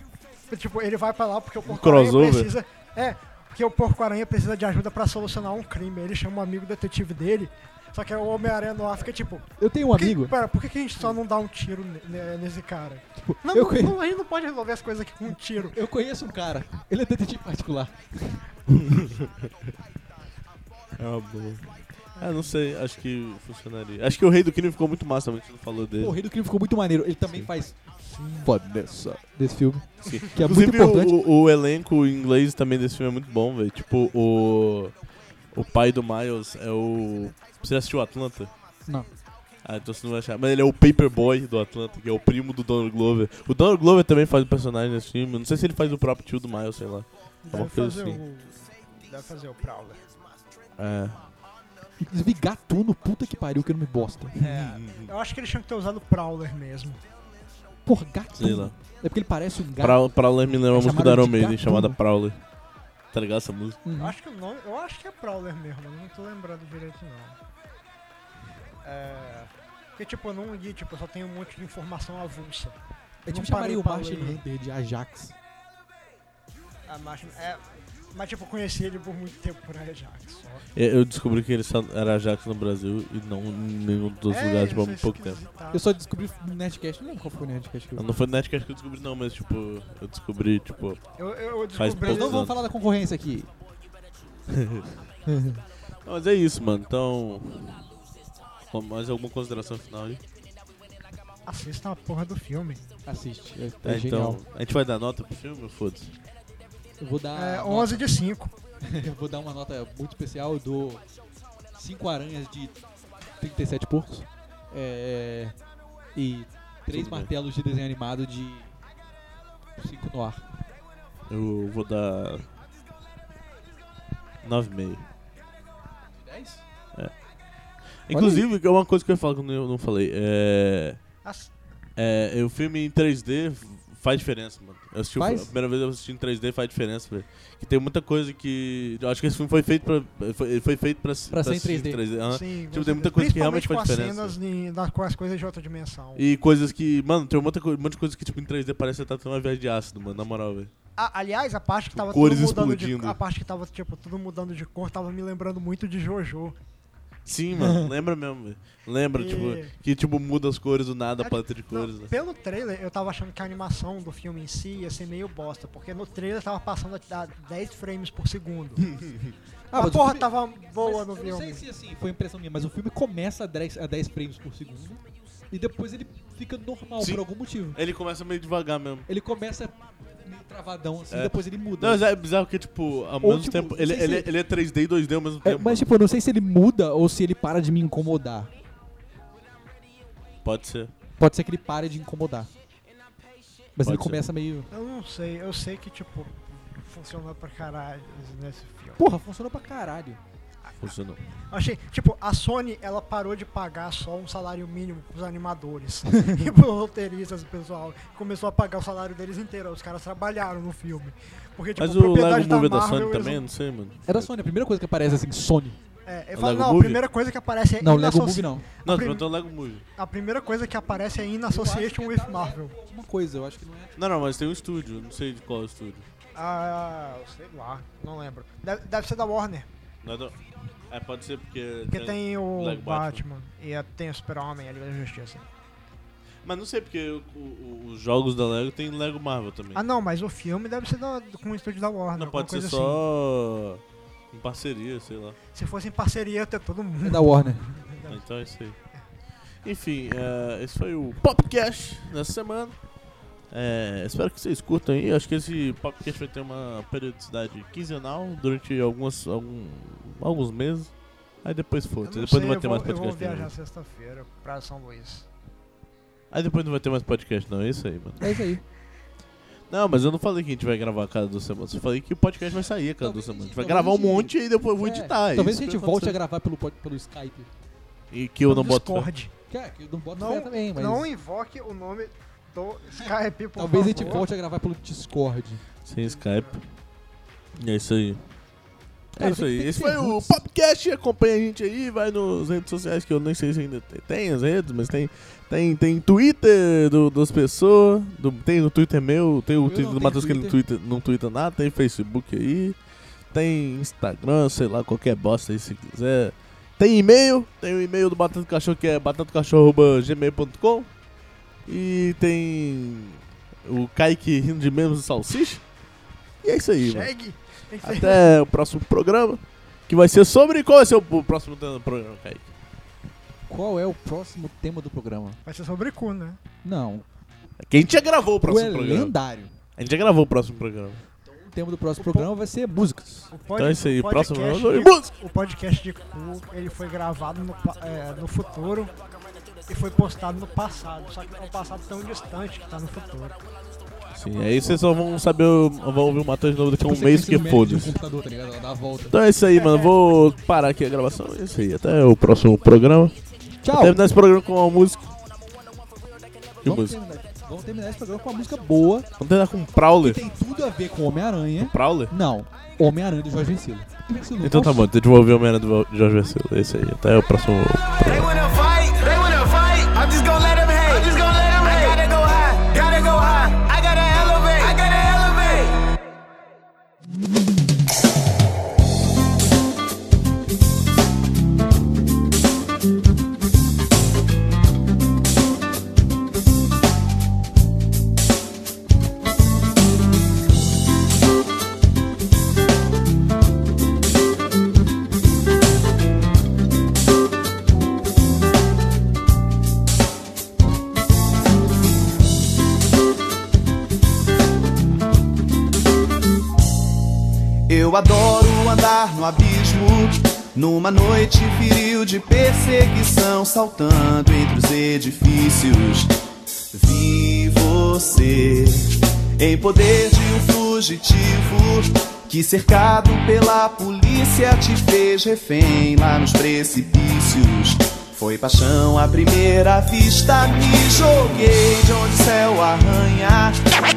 [SPEAKER 3] Tipo, ele vai pra lá porque o Porco-Aranha
[SPEAKER 1] Um crossover?
[SPEAKER 3] precisa. É, porque o Porco-Aranha precisa de ajuda pra solucionar um crime. Ele chama um amigo detetive dele. Só que o Homem-Aranha no ar fica tipo.
[SPEAKER 2] Eu tenho um
[SPEAKER 3] por que-
[SPEAKER 2] amigo.
[SPEAKER 3] Pera, por que, que a gente só não dá um tiro ne- ne- nesse cara?
[SPEAKER 2] Tipo,
[SPEAKER 3] Não,
[SPEAKER 2] eu,
[SPEAKER 3] não,
[SPEAKER 2] conhe-
[SPEAKER 3] não, a gente não pode resolver as coisas aqui com um tiro.
[SPEAKER 1] Tá
[SPEAKER 2] eu conheço um cara. Ele é detetive particular.
[SPEAKER 1] É uma boa. Ah, não sei, acho que funcionaria. Acho que o Rei do Crime ficou muito massa, mas a gente não falou dele.
[SPEAKER 2] Pô, O Rei do Crime ficou muito maneiro. Ele também faz foda só desse filme.
[SPEAKER 1] Sim.
[SPEAKER 2] Que é muito
[SPEAKER 1] Inclusive,
[SPEAKER 2] importante.
[SPEAKER 1] o, o elenco em inglês também desse filme é muito bom, velho. Tipo, o. O pai do Miles é o. Você assistiu Atlanta?
[SPEAKER 2] Não.
[SPEAKER 1] Ah, então você não vai achar. Mas ele é o Paperboy do Atlanta, que é o primo do Donald Glover. O Donald Glover também faz o personagem nesse filme. Não sei se ele faz o próprio tio do Miles, sei lá.
[SPEAKER 3] Deve
[SPEAKER 1] coisa
[SPEAKER 3] fazer
[SPEAKER 1] assim.
[SPEAKER 3] o. Deve fazer o Prowler.
[SPEAKER 1] É.
[SPEAKER 2] Inclusive, Gatuno, puta que pariu, que não me bosta.
[SPEAKER 3] É, eu acho que eles tinham que ter usado o Prowler mesmo.
[SPEAKER 2] Porra,
[SPEAKER 1] Sei
[SPEAKER 2] Gatuno.
[SPEAKER 1] lá.
[SPEAKER 2] É porque ele parece um gato.
[SPEAKER 1] Pra, Prowler me lembra
[SPEAKER 2] É
[SPEAKER 1] uma música
[SPEAKER 2] chamada
[SPEAKER 1] da Iron
[SPEAKER 2] de
[SPEAKER 1] Maiden,
[SPEAKER 2] Gatuno.
[SPEAKER 1] chamada Prowler. Tá ligado essa música?
[SPEAKER 2] Uhum.
[SPEAKER 3] Eu acho que o nome. Eu acho que é Prowler mesmo, eu não tô lembrando direito não. É. Porque tipo, eu não li, tipo, eu só tenho um monte de informação avulsa.
[SPEAKER 2] É
[SPEAKER 3] não
[SPEAKER 2] tipo chamaria
[SPEAKER 3] parei
[SPEAKER 2] o
[SPEAKER 3] pra
[SPEAKER 2] Martian
[SPEAKER 3] ler.
[SPEAKER 2] Hunter de Ajax.
[SPEAKER 3] a marcha. É, mas, tipo, eu conheci ele por muito tempo por Ajax. Só.
[SPEAKER 1] Eu eu descobri que ele só era Ajax no Brasil e não em nenhum dos outros
[SPEAKER 3] É,
[SPEAKER 1] lugares
[SPEAKER 3] isso
[SPEAKER 1] por
[SPEAKER 3] é
[SPEAKER 1] um pouco tempo.
[SPEAKER 3] esquisitado.
[SPEAKER 2] Eu só descobri no Nerdcast, não lembro qual foi o Nerdcast que eu
[SPEAKER 1] Não foi no Netcast que eu descobri, não, mas tipo, eu descobri, tipo.
[SPEAKER 3] Eu, eu
[SPEAKER 1] Faz
[SPEAKER 3] descobri
[SPEAKER 2] Então
[SPEAKER 1] pouco.
[SPEAKER 3] ele-
[SPEAKER 2] vamos falar da concorrência aqui.
[SPEAKER 1] Não, mas é isso, mano. Então. com- Mais alguma consideração final aí?
[SPEAKER 3] Assista a porra do filme.
[SPEAKER 2] Assiste, é,
[SPEAKER 1] Tá,
[SPEAKER 2] é
[SPEAKER 1] então.
[SPEAKER 2] genial.
[SPEAKER 1] A gente vai dar nota pro filme ou foda-se?
[SPEAKER 2] Eu vou dar,
[SPEAKER 3] É,
[SPEAKER 2] nota-
[SPEAKER 3] 11 de 5.
[SPEAKER 2] eu vou dar uma nota muito especial do 5 aranhas de 37 porcos é, e 3
[SPEAKER 1] Tudo bem.
[SPEAKER 2] martelos de desenho animado de 5 no ar.
[SPEAKER 1] Eu vou dar. 9,5.
[SPEAKER 2] 10?
[SPEAKER 1] Inclusive, é uma coisa que eu ia falar que eu não não falei. É.
[SPEAKER 3] Ass-
[SPEAKER 1] É, o filme em 3D faz diferença, mano. Eu assisti o-
[SPEAKER 2] Faz?
[SPEAKER 1] a primeira vez eu assisti em 3D faz diferença, velho. Que tem muita coisa que. Eu acho que esse filme foi feito pra. Foi, ele foi feito pra,
[SPEAKER 2] Pra ser em
[SPEAKER 1] assistir
[SPEAKER 2] 3D.
[SPEAKER 1] aham. Tipo,
[SPEAKER 3] Sim, com
[SPEAKER 1] tem muita
[SPEAKER 3] certeza.
[SPEAKER 1] coisa que realmente
[SPEAKER 3] Principalmente com
[SPEAKER 1] faz
[SPEAKER 3] as
[SPEAKER 1] diferença.
[SPEAKER 3] cenas de- da- com as coisas de outra dimensão.
[SPEAKER 1] E coisas que. Mano, tem muita, co- um monte de coisa que, tipo, em 3D parece que tá tendo uma viagem de ácido, mano, na moral, velho.
[SPEAKER 3] A- aliás, a parte que tava
[SPEAKER 1] Tipo, Cores
[SPEAKER 3] tudo mudando
[SPEAKER 1] explodindo.
[SPEAKER 3] de a parte que tava tipo tudo mudando de cor tava me lembrando muito de JoJo.
[SPEAKER 1] Sim, mano, lembra mesmo, velho. Lembra,
[SPEAKER 3] E-
[SPEAKER 1] tipo, que tipo muda as cores do nada, a paleta de cores.
[SPEAKER 3] Não,
[SPEAKER 1] né?
[SPEAKER 3] pelo trailer, eu tava achando que a animação do filme em si ia ser meio bosta, porque no trailer tava passando a, a 10 frames por segundo.
[SPEAKER 2] Ah,
[SPEAKER 3] a
[SPEAKER 2] mas o
[SPEAKER 3] porra
[SPEAKER 2] filme-
[SPEAKER 3] tava boa
[SPEAKER 2] Mas
[SPEAKER 3] no
[SPEAKER 2] eu Não sei
[SPEAKER 3] filme.
[SPEAKER 2] se assim, foi impressão minha, mas o filme começa a 10, a 10 frames por segundo e depois ele fica normal
[SPEAKER 1] Sim.
[SPEAKER 2] por algum motivo.
[SPEAKER 1] Ele começa meio devagar mesmo.
[SPEAKER 2] Ele começa meio travadão assim,
[SPEAKER 1] É.
[SPEAKER 2] depois ele muda.
[SPEAKER 1] Não, mas é bizarro que, tipo, ao
[SPEAKER 2] Ou,
[SPEAKER 1] mesmo
[SPEAKER 2] tipo,
[SPEAKER 1] tempo.
[SPEAKER 2] não
[SPEAKER 1] Ele,
[SPEAKER 2] sei se-
[SPEAKER 1] ele, ele é 3D e 2D ao mesmo
[SPEAKER 2] É,
[SPEAKER 1] tempo.
[SPEAKER 2] mas tipo, eu não sei se ele muda ou se ele para de me incomodar.
[SPEAKER 1] Pode ser.
[SPEAKER 2] Pode ser que ele pare de incomodar. Mas
[SPEAKER 1] Pode
[SPEAKER 2] ele
[SPEAKER 1] ser.
[SPEAKER 2] começa meio.
[SPEAKER 3] Eu não sei, eu sei que tipo funcionou pra caralho nesse filme.
[SPEAKER 2] Porra, funcionou pra caralho.
[SPEAKER 1] Funcionou.
[SPEAKER 3] Achei, tipo, a Sony ela parou de pagar só um salário mínimo pros animadores e pros roteiristas, o pessoal. Começou a pagar o salário deles inteiro. Os caras trabalharam no filme. Porque, tipo,
[SPEAKER 1] Mas o
[SPEAKER 3] propriedade
[SPEAKER 1] Lego Movie é da
[SPEAKER 3] Marvel,
[SPEAKER 1] Sony
[SPEAKER 3] eles
[SPEAKER 1] também,
[SPEAKER 3] não-
[SPEAKER 1] não sei, mano.
[SPEAKER 2] É da Sony, a primeira coisa que aparece assim, Sony.
[SPEAKER 3] É, eu
[SPEAKER 1] O
[SPEAKER 3] falo,
[SPEAKER 1] Lego
[SPEAKER 3] não,
[SPEAKER 1] Movie?
[SPEAKER 3] a primeira coisa que aparece é
[SPEAKER 2] Não, Lego
[SPEAKER 3] Inassoci-
[SPEAKER 2] Movie não.
[SPEAKER 1] Não,
[SPEAKER 3] A
[SPEAKER 1] tu
[SPEAKER 3] prim-
[SPEAKER 1] perguntou Lego Movie.
[SPEAKER 3] A primeira coisa que aparece é In Association with Marvel.
[SPEAKER 2] Uma coisa, eu acho que não é.
[SPEAKER 1] Não, não, mas tem um estúdio, não sei de qual é o estúdio.
[SPEAKER 3] Ah, sei lá, não lembro. Deve, deve ser da Warner,
[SPEAKER 1] Não é, do- é, pode ser porque.
[SPEAKER 3] porque tem o
[SPEAKER 1] Lego Batman.
[SPEAKER 3] Batman, e tem o Super-Homem, a Liga da Justiça.
[SPEAKER 1] Mas não sei porque o- o- os jogos da Lego tem Lego Marvel também.
[SPEAKER 3] Ah, não, mas o filme deve ser da, com o estúdio da Warner.
[SPEAKER 1] não,
[SPEAKER 3] alguma
[SPEAKER 1] pode ser
[SPEAKER 3] coisa assim.
[SPEAKER 1] só. Em parceria, sei lá.
[SPEAKER 3] Se fosse em parceria, ia ter todo mundo.
[SPEAKER 2] É da Warner.
[SPEAKER 1] Ah, Então é isso aí. Enfim, eh, esse foi o Popcast dessa semana. Eh, espero que vocês curtam aí. Acho que esse Popcast vai ter uma periodicidade quinzenal durante algumas, algum- alguns meses. Aí depois
[SPEAKER 3] Eu
[SPEAKER 1] foda-se.
[SPEAKER 3] não
[SPEAKER 1] Depois
[SPEAKER 3] sei,
[SPEAKER 1] não vai
[SPEAKER 3] eu
[SPEAKER 1] ter
[SPEAKER 3] vou-
[SPEAKER 1] mais
[SPEAKER 3] Eu vou
[SPEAKER 1] podcast.
[SPEAKER 3] viajar
[SPEAKER 1] Não.
[SPEAKER 3] sexta-feira pra São Luís.
[SPEAKER 1] Aí depois não vai ter mais podcast, não. É isso aí, mano.
[SPEAKER 2] É isso aí.
[SPEAKER 1] Não, mas eu não falei que a gente vai gravar cada duas semanas. Eu falei que o podcast vai sair a cada duas
[SPEAKER 2] Talvez a
[SPEAKER 1] semanas. A gente
[SPEAKER 2] gente-
[SPEAKER 1] vai gravar um
[SPEAKER 2] talvez a gente-
[SPEAKER 1] monte e depois eu vou
[SPEAKER 2] É,
[SPEAKER 1] editar. é
[SPEAKER 2] Talvez
[SPEAKER 1] isso
[SPEAKER 2] a gente
[SPEAKER 1] que
[SPEAKER 2] volte a
[SPEAKER 1] aconteceu.
[SPEAKER 2] gravar pelo, pod- pelo Skype.
[SPEAKER 1] E que eu não boto. fé.
[SPEAKER 3] Discord.
[SPEAKER 2] Que é, que eu não boto
[SPEAKER 3] Não,
[SPEAKER 2] fé também, mas.
[SPEAKER 3] não invoque o nome do Skype, por
[SPEAKER 2] Talvez a gente
[SPEAKER 3] favor.
[SPEAKER 2] volte a gravar pelo Discord.
[SPEAKER 1] Sem Skype. É isso aí.
[SPEAKER 2] Cara,
[SPEAKER 1] é isso
[SPEAKER 2] tem-
[SPEAKER 1] aí.
[SPEAKER 2] tem que
[SPEAKER 1] Esse
[SPEAKER 2] ter
[SPEAKER 1] foi o
[SPEAKER 2] roots.
[SPEAKER 1] podcast. Acompanha a gente aí, vai nas redes sociais que eu nem sei se ainda tem, tem as redes, mas tem tem tem Twitter do, das pessoas, do- tem o Twitter meu, tem o
[SPEAKER 2] Eu
[SPEAKER 1] Twitter
[SPEAKER 2] não
[SPEAKER 1] do
[SPEAKER 2] tenho
[SPEAKER 1] Matheus que ele não
[SPEAKER 2] Twitter.
[SPEAKER 1] twitta, não twitta nada, tem Facebook aí, tem Instagram, sei lá, qualquer bosta aí se quiser. Tem e-mail, tem o e-mail do Batata do Cachorro que é batatacachorro@gmail.com e tem o Kaique rindo de menos salsicha. E é isso aí, mano.
[SPEAKER 3] Chegue. Tem que ser-
[SPEAKER 1] Até o próximo programa, que vai ser sobre qual vai ser o próximo tema do programa, Kaique.
[SPEAKER 2] Qual é o próximo tema do programa?
[SPEAKER 3] Vai ser sobre cu, né?
[SPEAKER 2] Não.
[SPEAKER 1] Que a gente já gravou o
[SPEAKER 2] O
[SPEAKER 1] próximo
[SPEAKER 2] é
[SPEAKER 1] programa.
[SPEAKER 2] lendário.
[SPEAKER 1] A gente já gravou o próximo programa.
[SPEAKER 2] O tema do próximo programa vai ser músicas.
[SPEAKER 3] O pod-
[SPEAKER 1] Então é isso aí,
[SPEAKER 3] o
[SPEAKER 1] próximo programa.
[SPEAKER 3] podcast
[SPEAKER 1] sobre música.
[SPEAKER 3] de- O podcast de cu, ele foi gravado no, pa- é, no futuro e foi postado no passado. Só que é um passado tão distante que tá no futuro.
[SPEAKER 1] Sim, aí vocês só vão saber, o- vão ouvir o Matheus de novo daqui a um
[SPEAKER 2] Você
[SPEAKER 1] mês,
[SPEAKER 2] pensa
[SPEAKER 1] que
[SPEAKER 2] no método de um
[SPEAKER 1] foda-se.
[SPEAKER 2] computador, tá ligado? Ela dá a volta.
[SPEAKER 1] Então é isso aí, mano. Vou parar aqui a gravação. É isso aí. Até o próximo programa.
[SPEAKER 2] Tchau.
[SPEAKER 1] Terminar esse programa com uma música. Que
[SPEAKER 2] Vamos
[SPEAKER 1] música?
[SPEAKER 2] terminar, vamos terminar esse programa com uma música boa,
[SPEAKER 1] Vamos terminar com Prowler.
[SPEAKER 2] tem tudo a ver com Homem-Aranha.
[SPEAKER 1] Prowler?
[SPEAKER 2] Não, Homem-Aranha do Jorge Vencilo.
[SPEAKER 1] Então tá bom, deixa eu ouvir o Homem-Aranha do Jorge Vecilo. É isso aí. Até o próximo
[SPEAKER 6] They wanna fight, they wanna fight. I'm just gonna let them hate. I'm just gonna let them hate. I gotta go high, gotta go high. I gotta elevate, I gotta elevate.
[SPEAKER 7] Eu adoro andar no abismo, numa noite viril de perseguição, saltando entre os edifícios. Vi você em poder de um fugitivo que, cercado pela polícia, te fez refém lá nos precipícios. Foi paixão à primeira vista, me joguei de onde o céu arranha.